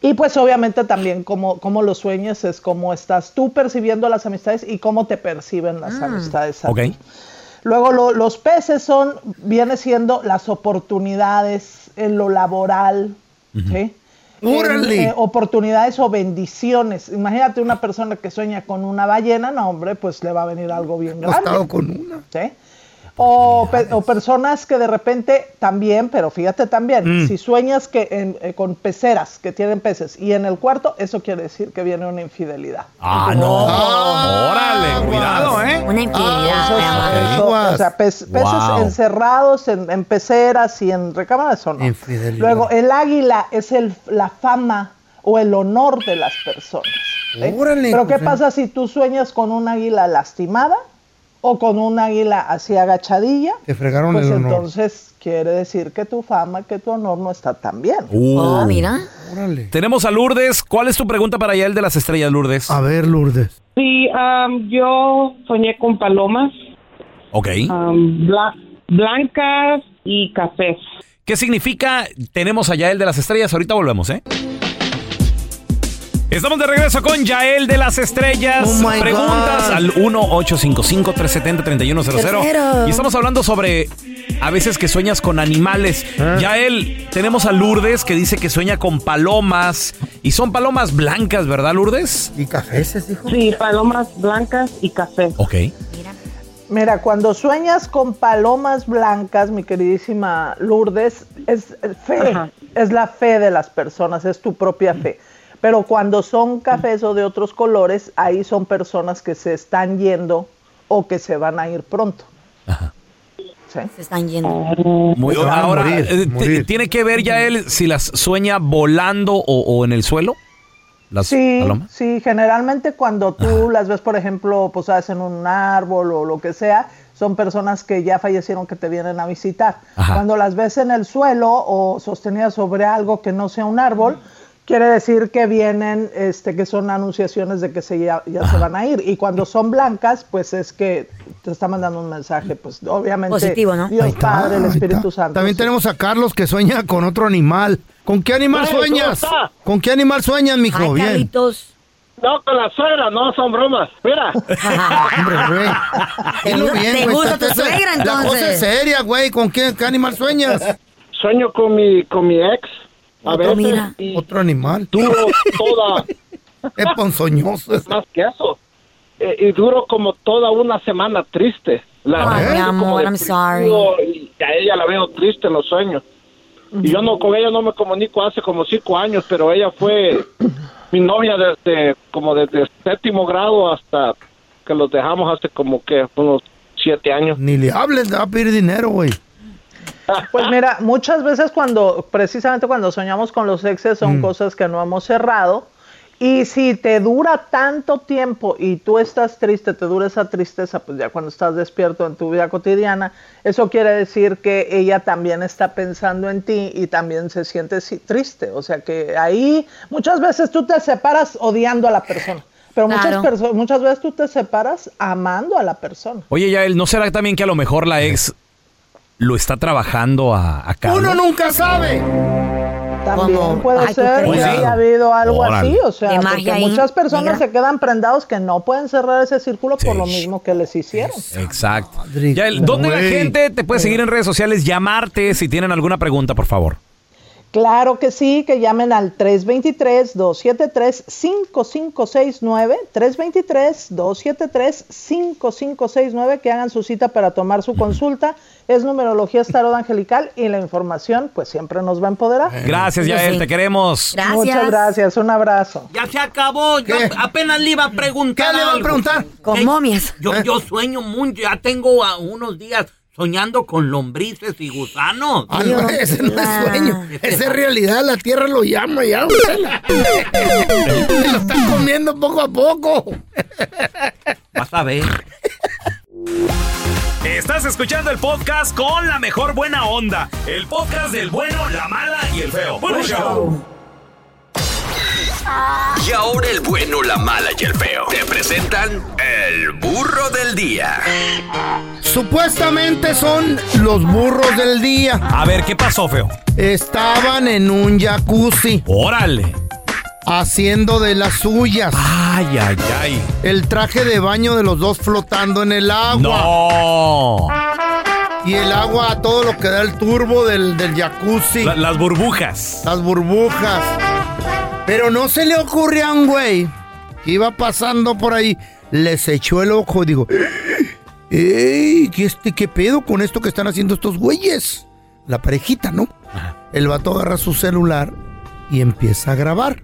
[SPEAKER 17] Y pues obviamente también cómo, cómo lo sueñas es cómo estás tú percibiendo las amistades y cómo te perciben
[SPEAKER 2] Mm.
[SPEAKER 17] las amistades. a
[SPEAKER 1] Ok.
[SPEAKER 17] ti. Luego lo- los peces son, viene siendo las oportunidades en lo laboral, ¿sí? En,
[SPEAKER 3] ¡Órale!
[SPEAKER 17] eh, oportunidades o bendiciones. Imagínate una persona que sueña con una ballena, no hombre, pues le va a venir algo bien grande.
[SPEAKER 3] Acostado con una.
[SPEAKER 17] ¿sí? O, pe- o personas que de repente también, pero fíjate también,
[SPEAKER 3] Mm.
[SPEAKER 17] si sueñas que en- eh, con peceras que tienen peces y en el cuarto, eso quiere decir que viene una infidelidad.
[SPEAKER 1] Ah, no.
[SPEAKER 3] Ah,
[SPEAKER 1] Órale, cuidado, ¿eh?
[SPEAKER 2] Una infidelidad.
[SPEAKER 17] Ah, Eso, o sea, pez- peces
[SPEAKER 1] Wow.
[SPEAKER 17] encerrados en, en peceras y en recámaras o no.
[SPEAKER 3] Infidelidad.
[SPEAKER 17] Luego, el águila es el, la fama o el honor de las personas. ¿sí?
[SPEAKER 3] Órale,
[SPEAKER 17] Pero ¿qué
[SPEAKER 3] pues,
[SPEAKER 17] pasa si tú sueñas con un águila lastimada o con un águila así agachadilla?
[SPEAKER 3] Te fregaron
[SPEAKER 17] pues
[SPEAKER 3] el honor.
[SPEAKER 17] entonces quiere decir que tu fama, que tu honor no está tan bien.
[SPEAKER 1] Uh.
[SPEAKER 3] Órale.
[SPEAKER 1] Tenemos a Lourdes. ¿Cuál es tu pregunta para Yael de las estrellas, Lourdes?
[SPEAKER 3] A ver, Lourdes.
[SPEAKER 18] Sí, am, yo soñé con palomas
[SPEAKER 1] Ok.
[SPEAKER 8] Ah.
[SPEAKER 18] am, bla- blancas y cafés.
[SPEAKER 1] ¿Qué significa tenemos a Yael de las estrellas? Ahorita volvemos, ¿eh? Estamos de regreso con Yael de las Estrellas.
[SPEAKER 11] Oh, my
[SPEAKER 1] Preguntas
[SPEAKER 11] God.
[SPEAKER 1] al 1-855-370-3100.
[SPEAKER 11] Tercero.
[SPEAKER 1] Y estamos hablando sobre a veces que sueñas con animales.
[SPEAKER 3] Ah.
[SPEAKER 1] Yael, tenemos a Lourdes que dice que sueña con palomas. Y son palomas blancas, ¿verdad, Lourdes?
[SPEAKER 3] Y cafeces, dijo.
[SPEAKER 18] Sí, palomas blancas y café.
[SPEAKER 1] Ok.
[SPEAKER 17] Mira, cuando sueñas con palomas blancas, mi queridísima Lourdes, es fe,
[SPEAKER 18] Ajá.
[SPEAKER 17] es la fe de las personas, es tu propia fe. Pero cuando son cafés o de otros colores, ahí son personas que se están yendo o que se van a ir pronto. Se
[SPEAKER 2] están yendo.
[SPEAKER 1] Muy
[SPEAKER 17] Se van a
[SPEAKER 1] Ahora,
[SPEAKER 17] morir,
[SPEAKER 1] eh, t- ¿tiene que ver Yael si las sueña volando o, o en el suelo? Las
[SPEAKER 17] Sí,
[SPEAKER 1] palomas.
[SPEAKER 17] sí, generalmente cuando tú las ves, por ejemplo, posadas en un árbol o lo que sea, son personas que ya fallecieron que te vienen a visitar.
[SPEAKER 19] Ajá.
[SPEAKER 17] Cuando las ves en el suelo o sostenidas sobre algo que no sea un árbol, quiere decir que vienen, este, que son anunciaciones de que se ya, ya se van a ir. Y cuando son blancas, pues es que te está mandando un mensaje, pues obviamente
[SPEAKER 2] Positivo, ¿no?
[SPEAKER 17] Dios
[SPEAKER 2] Ahí está,
[SPEAKER 17] Padre, el
[SPEAKER 2] ahí
[SPEAKER 17] Espíritu Santo.
[SPEAKER 3] También tenemos a Carlos que sueña con otro animal. ¿Con qué animal
[SPEAKER 17] Güey, ¿cómo
[SPEAKER 3] sueñas?
[SPEAKER 17] está?
[SPEAKER 3] ¿Con qué animal sueñas, mijo? Bien.
[SPEAKER 12] No, con la suegra, no, son bromas.
[SPEAKER 2] [laughs]
[SPEAKER 12] Mira.
[SPEAKER 3] Hombre, güey. Dilo bien, güey, estate se- La cosa es seria, güey. ¿Con qué, qué animal sueñas?
[SPEAKER 12] Sueño con mi, con mi ex. A
[SPEAKER 3] Otro-
[SPEAKER 12] veces. y
[SPEAKER 3] Otro animal.
[SPEAKER 12] Duro toda.
[SPEAKER 3] [laughs] Es ponzoñoso.
[SPEAKER 12] Más que eso. Eh, y duro como toda una semana triste. La
[SPEAKER 2] Ay,
[SPEAKER 12] veo
[SPEAKER 2] mi
[SPEAKER 12] como
[SPEAKER 2] amor, I'm
[SPEAKER 12] deprimido
[SPEAKER 2] sorry.
[SPEAKER 12] Y a ella la veo triste en los sueños. Y yo no con ella no me comunico hace como cinco años, pero ella
[SPEAKER 3] [coughs]
[SPEAKER 12] fue mi novia desde como desde séptimo grado hasta que los dejamos hace como que unos siete años.
[SPEAKER 3] Ni le hables, le va a pedir dinero, güey.
[SPEAKER 17] Pues mira, muchas veces cuando, precisamente cuando soñamos con los exes son cosas que no hemos cerrado. Y si te dura tanto tiempo y tú estás triste, te dura esa tristeza, pues ya cuando estás despierto en tu vida cotidiana, eso quiere decir que ella también está pensando en ti y también se siente sí, triste. O sea que ahí muchas veces tú te separas odiando a la persona, pero muchas,
[SPEAKER 1] Claro.
[SPEAKER 17] perso- muchas veces tú te separas amando a la persona.
[SPEAKER 1] Oye, Yael, ¿no será también que a lo mejor la ex lo está trabajando a, a Carlos?
[SPEAKER 17] Uno
[SPEAKER 3] nunca sabe.
[SPEAKER 17] También
[SPEAKER 3] ¿Cómo?
[SPEAKER 17] puede
[SPEAKER 3] Ay, ¿tú
[SPEAKER 17] ser
[SPEAKER 3] crees?
[SPEAKER 17] que
[SPEAKER 3] Cuidado.
[SPEAKER 17] haya habido algo
[SPEAKER 3] Órale.
[SPEAKER 17] así, o sea,
[SPEAKER 2] De
[SPEAKER 17] porque
[SPEAKER 2] magia ahí,
[SPEAKER 17] muchas personas
[SPEAKER 2] mira.
[SPEAKER 17] se quedan prendados que no pueden cerrar ese círculo por lo mismo que les hicieron.
[SPEAKER 1] Exacto. Yael, ¿dónde
[SPEAKER 17] güey.
[SPEAKER 1] la gente te puede seguir en redes sociales? Llamarte si tienen alguna pregunta, por favor.
[SPEAKER 17] Claro que sí, que llamen al 323-273-5569, 323-273-5569, que hagan su cita para tomar su consulta. Es numerología tarot angelical y la información pues siempre nos va a empoderar.
[SPEAKER 1] Gracias, Yael, te queremos.
[SPEAKER 17] Muchas gracias, un abrazo.
[SPEAKER 11] Ya se acabó. Yo apenas le iba a preguntar.
[SPEAKER 17] ¿Qué le va a
[SPEAKER 11] algo.
[SPEAKER 17] preguntar? Con
[SPEAKER 11] Que-
[SPEAKER 17] momias.
[SPEAKER 11] Yo, yo sueño mucho. Ya tengo a unos días soñando con lombrices y gusanos.
[SPEAKER 3] Ah, no, ese no es sueño. Esa es realidad. La tierra lo llama ya. güey. Se lo están comiendo poco a poco.
[SPEAKER 11] Vas a ver.
[SPEAKER 1] Estás escuchando el podcast con la mejor buena onda. El podcast del bueno, la mala y el feo.
[SPEAKER 15] Buen show. Y ahora el bueno, la mala y el feo. Te presentan el burro del día.
[SPEAKER 3] Supuestamente son los burros del día.
[SPEAKER 1] A ver, ¿qué pasó, feo?
[SPEAKER 3] Estaban en un jacuzzi.
[SPEAKER 1] Órale.
[SPEAKER 3] Haciendo de las suyas.
[SPEAKER 1] Ay, ay, ay.
[SPEAKER 3] El traje de baño de los dos flotando en el agua.
[SPEAKER 1] No.
[SPEAKER 3] Y el agua a todo lo que da el turbo del, del jacuzzi.
[SPEAKER 1] La- las burbujas.
[SPEAKER 3] Las burbujas. Pero no se le ocurrió a un güey que iba pasando por ahí. Les echó el ojo y dijo: ¡Ey! ¿qué, este, ¿Qué pedo con esto que están haciendo estos güeyes? La parejita, ¿no? El vato agarra su celular y empieza a grabar.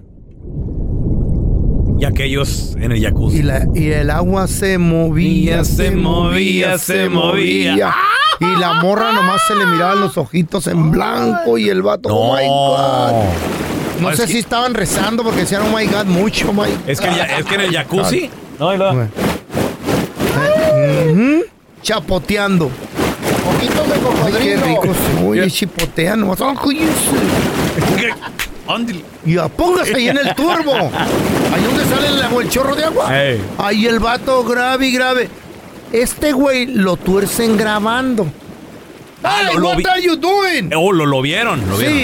[SPEAKER 1] Y aquellos en el jacuzzi.
[SPEAKER 3] Y, la- y el agua se movía,
[SPEAKER 1] se movía, se movía. Ah,
[SPEAKER 3] Y la morra nomás se le miraban los ojitos en blanco y el vato, oh my God. No
[SPEAKER 1] Es
[SPEAKER 3] sé
[SPEAKER 1] que-
[SPEAKER 3] si estaban rezando porque decían, oh my God, mucho, oh my
[SPEAKER 1] Es que, el ya- es que en el jacuzzi. No, y
[SPEAKER 3] Ujú. Chapoteando. Ojitos de cocodrilo. qué rico soy, chipotean nomás. Ay, Y apóngase ahí en el turbo. Ahí donde sale el, agua- el chorro de agua.
[SPEAKER 1] Ey.
[SPEAKER 3] Ahí el vato grave y grave. Este güey lo tuercen grabando. Hey, what are you doing?
[SPEAKER 1] Eh, Oh, Ah, lo, lo vieron, lo vieron.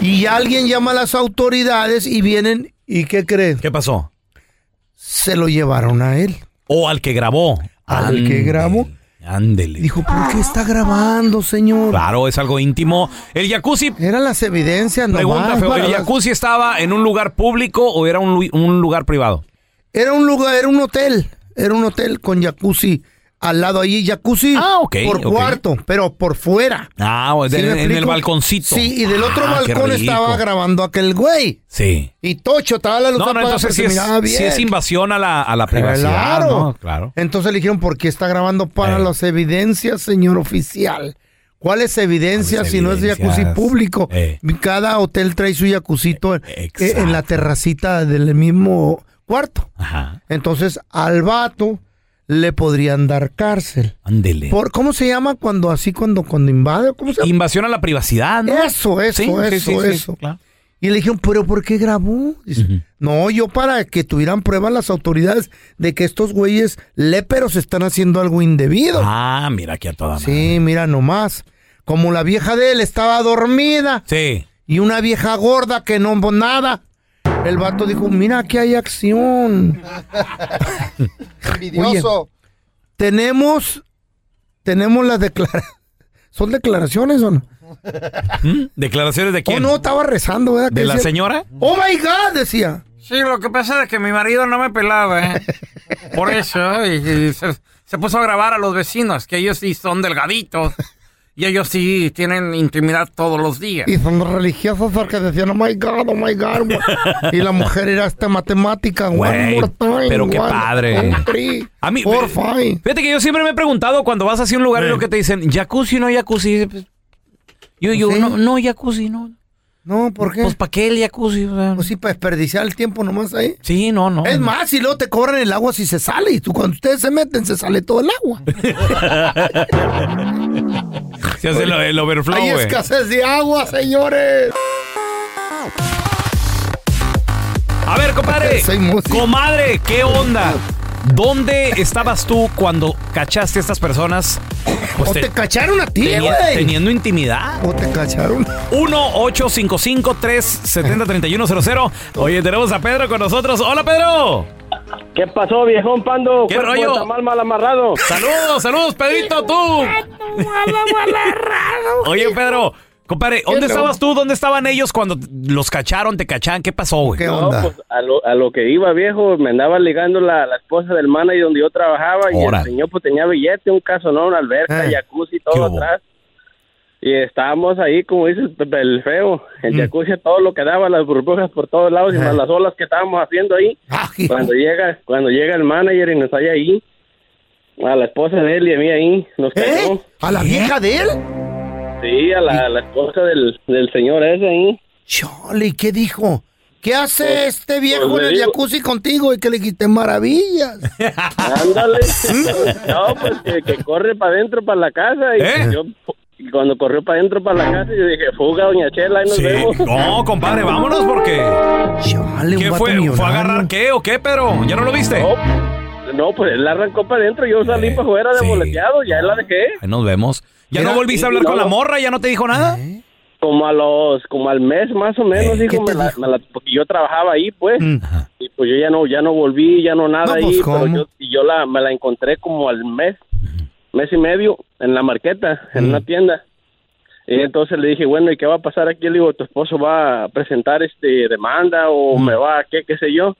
[SPEAKER 3] Sí. Y alguien llama a las autoridades y vienen ¿Y qué crees?
[SPEAKER 1] ¿Qué pasó?
[SPEAKER 3] Se lo llevaron a él.
[SPEAKER 1] O al que grabó.
[SPEAKER 3] Al que grabó.
[SPEAKER 1] Ándele.
[SPEAKER 3] Dijo, ¿por qué está grabando, señor?
[SPEAKER 1] Claro, es algo íntimo. El jacuzzi.
[SPEAKER 3] Eran las evidencias, nomás,
[SPEAKER 1] Pregunta, feo.
[SPEAKER 3] para
[SPEAKER 1] ¿El
[SPEAKER 3] las-
[SPEAKER 1] jacuzzi estaba en un lugar público o era un, lu- un lugar privado?
[SPEAKER 3] Era un lugar, era un hotel. Era un hotel con jacuzzi al lado allí. Jacuzzi por
[SPEAKER 1] Ah, ok.
[SPEAKER 3] cuarto, pero por fuera.
[SPEAKER 1] Ah, o
[SPEAKER 3] ¿Sí
[SPEAKER 1] de-
[SPEAKER 3] me
[SPEAKER 1] en, en el
[SPEAKER 3] explico?
[SPEAKER 1] balconcito.
[SPEAKER 3] Sí, y del otro
[SPEAKER 1] Ah, qué
[SPEAKER 3] balcón
[SPEAKER 1] rico.
[SPEAKER 3] estaba grabando aquel güey.
[SPEAKER 1] Sí.
[SPEAKER 3] Y Tocho estaba la luz
[SPEAKER 1] No, no,
[SPEAKER 3] apagada,
[SPEAKER 1] entonces
[SPEAKER 3] pero
[SPEAKER 1] sí
[SPEAKER 3] se
[SPEAKER 1] es,
[SPEAKER 3] miraba bien.
[SPEAKER 1] sí es invasión a la, a la privacidad.
[SPEAKER 3] Claro.
[SPEAKER 1] ¿no? Claro. Eh.
[SPEAKER 3] Entonces le dijeron, ¿por qué está grabando para las evidencias, señor oficial? ¿Cuáles evidencias si no es jacuzzi
[SPEAKER 1] evidencias? Eh.
[SPEAKER 3] público? Cada hotel trae su jacuzito eh, en la terracita del mismo cuarto.
[SPEAKER 1] Ajá.
[SPEAKER 3] Entonces al vato le podrían dar cárcel.
[SPEAKER 1] Ándele.
[SPEAKER 3] Por, ¿Cómo se llama cuando así, cuando, cuando invade? ¿Cómo se llama?
[SPEAKER 1] Invasión a la privacidad, ¿no?
[SPEAKER 3] Pues Eso, eso,
[SPEAKER 1] Sí, sí,
[SPEAKER 3] eso,
[SPEAKER 1] sí, sí,
[SPEAKER 3] eso.
[SPEAKER 1] claro.
[SPEAKER 3] Y le dijeron, ¿pero por qué grabó? Dice, no, yo para que tuvieran pruebas las autoridades de que estos güeyes léperos están haciendo algo indebido.
[SPEAKER 1] Ah, mira aquí a toda madre.
[SPEAKER 3] Sí, mira nomás. Como la vieja de él estaba dormida.
[SPEAKER 1] Sí.
[SPEAKER 3] Y una vieja gorda que no pues, nada. El vato dijo, mira, aquí hay acción. Oye, tenemos, tenemos las declaraciones. ¿Son declaraciones o no?
[SPEAKER 1] ¿Mm? ¿Declaraciones de
[SPEAKER 3] Oh,
[SPEAKER 1] quién?
[SPEAKER 3] no, estaba rezando, ¿verdad?
[SPEAKER 1] ¿De
[SPEAKER 3] Que
[SPEAKER 1] la señora?
[SPEAKER 3] Oh my God, decía.
[SPEAKER 11] Sí, lo que pasa es que mi marido no me pelaba, ¿eh? Por eso, y, y se, se puso a grabar a los vecinos, que ellos sí son delgaditos. Y ellos sí tienen intimidad todos los días.
[SPEAKER 3] [laughs] Y son religiosos porque decían, oh my God, oh my God. güey. y la mujer era hasta matemática. one
[SPEAKER 1] Güey,
[SPEAKER 3] more time,
[SPEAKER 1] pero qué
[SPEAKER 3] one,
[SPEAKER 1] padre.
[SPEAKER 3] two, three.
[SPEAKER 1] A mí,
[SPEAKER 3] Por
[SPEAKER 1] fí-
[SPEAKER 3] favor.
[SPEAKER 1] fíjate que yo siempre me he preguntado cuando vas hacia un lugar y lo que te dicen, jacuzzi o no jacuzzi. Dice, pues, Yo, yo,
[SPEAKER 3] Sí.
[SPEAKER 1] no, no jacuzzi, no.
[SPEAKER 3] No, ¿por qué?
[SPEAKER 1] Pues, ¿para qué el jacuzzi?
[SPEAKER 3] Pues sí, para desperdiciar el tiempo nomás ahí.
[SPEAKER 1] Sí, no, no.
[SPEAKER 3] Es más, y luego te cobran el agua si se sale. Y tú, cuando ustedes se meten, se sale todo el
[SPEAKER 1] [laughs]
[SPEAKER 3] agua.
[SPEAKER 1] Se hace el, el overflow,
[SPEAKER 3] Hay
[SPEAKER 1] güey.
[SPEAKER 3] escasez de agua, señores.
[SPEAKER 1] A ver,
[SPEAKER 3] [laughs]
[SPEAKER 1] compadre. Comadre, ¿qué onda? ¿Dónde estabas tú cuando cachaste a estas personas? Pues,
[SPEAKER 3] o te, cacharon a ti,
[SPEAKER 1] teni-
[SPEAKER 3] güey.
[SPEAKER 1] Teniendo intimidad.
[SPEAKER 3] O te cacharon.
[SPEAKER 1] 1-855-370-3100. Oye, tenemos a Pedro con nosotros. ¡Hola, Pedro!
[SPEAKER 19] ¿Qué pasó, viejón pando?
[SPEAKER 1] ¿Qué
[SPEAKER 19] Cuerpo de
[SPEAKER 1] rollo?
[SPEAKER 19] tamal mal amarrado.
[SPEAKER 1] ¡Saludos, saludos, Pedrito, tú! Oye, Pedro, compadre, ¿dónde
[SPEAKER 19] Hello.
[SPEAKER 1] estabas tú? ¿Dónde estaban ellos cuando t- los cacharon, te cacharon? ¿Qué pasó, güey?
[SPEAKER 3] ¿Qué
[SPEAKER 19] No, pues, a, lo, a lo que iba, viejo, me andaba ligando la, la esposa del manager donde yo trabajaba y
[SPEAKER 1] Órale.
[SPEAKER 19] el señor pues tenía billete, un casonón, una
[SPEAKER 3] Eh,
[SPEAKER 19] alberca, jacuzzi, todo atrás. Y estábamos ahí, como dice el, el feo,
[SPEAKER 3] Mm.
[SPEAKER 19] el jacuzzi, todo lo que daba, las burbujas por todos
[SPEAKER 3] Eh.
[SPEAKER 19] lados y más las olas que estábamos haciendo ahí. Cuando llega cuando llega el manager y nos halla ahí, a la esposa de él y a mí ahí, nos cayó.
[SPEAKER 3] ¿Eh? ¿A la vieja de él?
[SPEAKER 19] Sí, a la, a la esposa del, del señor ese ahí.
[SPEAKER 3] Chole, ¿y qué dijo? ¿Qué hace
[SPEAKER 19] Pues-
[SPEAKER 3] este viejo
[SPEAKER 19] pues le
[SPEAKER 3] en el
[SPEAKER 19] digo-
[SPEAKER 3] jacuzzi contigo? Y que le quité maravillas.
[SPEAKER 1] [laughs]
[SPEAKER 19] Ándale. No, pues que, que corre para adentro, para la casa. Y
[SPEAKER 1] ¿Eh?
[SPEAKER 19] pues yo, y cuando corrió para adentro, para la casa, yo dije, fuga, doña Chela, ahí nos
[SPEAKER 1] Sí.
[SPEAKER 19] vemos.
[SPEAKER 1] No, compadre, vámonos porque. ¿Qué
[SPEAKER 19] vato
[SPEAKER 1] fue? ¿Fue a
[SPEAKER 19] millonario.
[SPEAKER 1] agarrar qué o qué, Pedro? ¿Ya no lo viste?
[SPEAKER 19] No, pues él arrancó para adentro, yo salí para afuera de boleteado, ya la dejé.
[SPEAKER 1] Ahí nos vemos. ¿Ya
[SPEAKER 19] Mira,
[SPEAKER 1] no volviste a hablar
[SPEAKER 19] no. ¿Eh?
[SPEAKER 1] con la morra? ¿Ya no te dijo nada? ¿Eh?
[SPEAKER 19] Como a los, como al mes más o menos, hijo, me la- me la- porque yo trabajaba ahí, pues.
[SPEAKER 1] Mm.
[SPEAKER 19] Y pues yo ya no, ya no volví, ya no nada
[SPEAKER 3] No,
[SPEAKER 19] ahí.
[SPEAKER 3] pues,
[SPEAKER 19] pero
[SPEAKER 3] ¿cómo?
[SPEAKER 19] yo, y yo la, me la encontré como al mes, mes y medio, en la marqueta, en
[SPEAKER 1] Mm.
[SPEAKER 19] una tienda. Y entonces le dije, bueno, ¿y qué va a pasar aquí? Le digo, ¿tu esposo va a presentar este demanda o
[SPEAKER 1] Mm.
[SPEAKER 19] me va a qué, qué sé yo?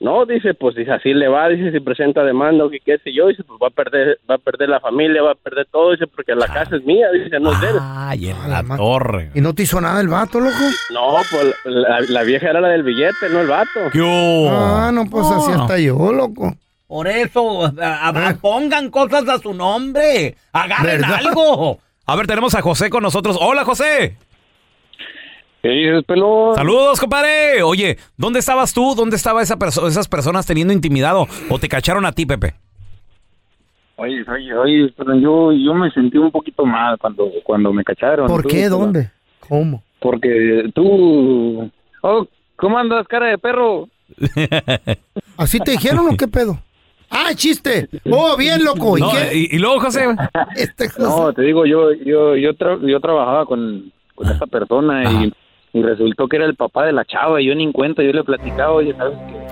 [SPEAKER 19] No, dice, pues dice, así le va, dice, si presenta demanda o qué, qué sé yo, dice, pues va a perder, va a perder la familia, va a perder todo, dice, porque la casa es mía, dice, no es de él.
[SPEAKER 1] Ah. Ay, en la torre.
[SPEAKER 3] ¿Y no te hizo nada el vato, loco?
[SPEAKER 19] No, pues la, la vieja era la del billete, no el vato.
[SPEAKER 3] Ah, no, pues así hasta yo, loco.
[SPEAKER 11] Por eso, a- a-
[SPEAKER 1] Ah.
[SPEAKER 11] pongan cosas a su nombre. Agarren algo.
[SPEAKER 1] A ver, tenemos a José con nosotros. Hola, José.
[SPEAKER 20] ¿Qué dices, pelón?
[SPEAKER 1] Saludos, compadre. Oye, ¿dónde estabas tú? ¿Dónde estaba esa perso- esas personas teniendo intimidado? ¿O te cacharon a ti, Pepe?
[SPEAKER 20] Oye, oye, oye, pero yo, yo me sentí un poquito mal cuando, cuando me cacharon.
[SPEAKER 3] ¿Por
[SPEAKER 20] Tú,
[SPEAKER 3] qué?
[SPEAKER 20] tú,
[SPEAKER 3] ¿Dónde? ¿Cómo?
[SPEAKER 20] Porque tú... Oh, ¿cómo andas, cara de perro?
[SPEAKER 3] ¿Así te dijeron o qué pedo? ¡Ah, chiste! ¡Oh, bien, loco! ¿Y
[SPEAKER 20] No,
[SPEAKER 3] qué?
[SPEAKER 1] Y, y luego, José...
[SPEAKER 3] Este
[SPEAKER 20] No, te digo, yo yo yo, tra- yo trabajaba con, con esa persona y
[SPEAKER 21] Y resultó que era el papá de la chava y yo ni en cuenta, yo le platicaba, oye, ¿sabes qué?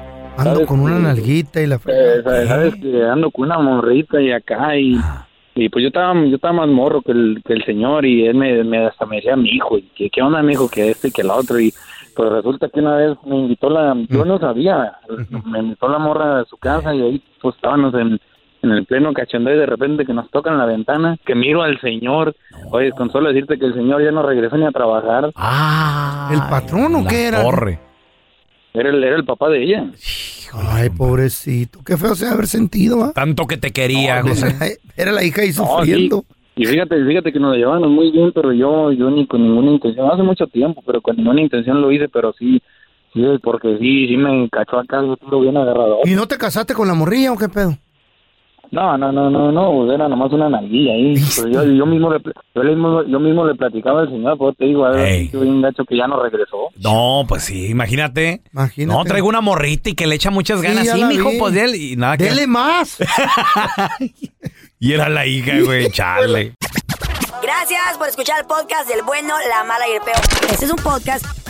[SPEAKER 3] Ando con una nalguita y la
[SPEAKER 21] Eh, ¿sabes? ¿Sabes que ando con una morrita y acá y, y pues yo estaba yo estaba más morro que el, que el señor y él me, me- hasta me decía mi hijo y que qué onda mi hijo que este y que el otro y pues resulta que una vez me invitó la yo no sabía
[SPEAKER 1] [laughs]
[SPEAKER 21] me invitó la morra a su casa y ahí pues estábamos en en el pleno cachondeo y de repente que nos tocan la ventana, que miro al señor, oye, con solo decirte que el señor ya no regresó ni a trabajar.
[SPEAKER 3] Ah, ¿el patrón o qué era?
[SPEAKER 21] Era el, era el papá de ella.
[SPEAKER 3] Ay, pobrecito. Qué feo se debe haber sentido, ¿ah? ¿va?
[SPEAKER 1] Tanto que te quería, José.
[SPEAKER 3] [laughs] Era la hija ahí
[SPEAKER 21] No,
[SPEAKER 3] sufriendo.
[SPEAKER 21] sí. Y fíjate, fíjate que nos la llevamos muy bien, pero yo, yo ni con ninguna intención, hace mucho tiempo, pero con ninguna intención lo hice, pero sí, sí, porque sí, sí me cachó acá, yo estuve bien agarrado.
[SPEAKER 3] ¿Y no te casaste con la morrilla o qué pedo?
[SPEAKER 21] No, no, no, no, no, era nomás una nalguilla ahí. Pues yo, yo mismo le, pl- yo, le mismo, yo mismo le platicaba al señor, pues te digo, a ver, yo un gacho que ya no regresó.
[SPEAKER 1] No, pues sí, imagínate. No, traigo una morrita y que le echa muchas
[SPEAKER 21] Sí,
[SPEAKER 1] ganas.
[SPEAKER 21] ya
[SPEAKER 1] Sí,
[SPEAKER 21] la
[SPEAKER 1] mijo,
[SPEAKER 21] vi.
[SPEAKER 1] pues de él. Y nada que.
[SPEAKER 3] Dele más.
[SPEAKER 1] Y era la hija,
[SPEAKER 21] [laughs]
[SPEAKER 1] güey, chale.
[SPEAKER 2] [laughs] Gracias por escuchar el podcast del bueno, la mala y el peor. Este es un podcast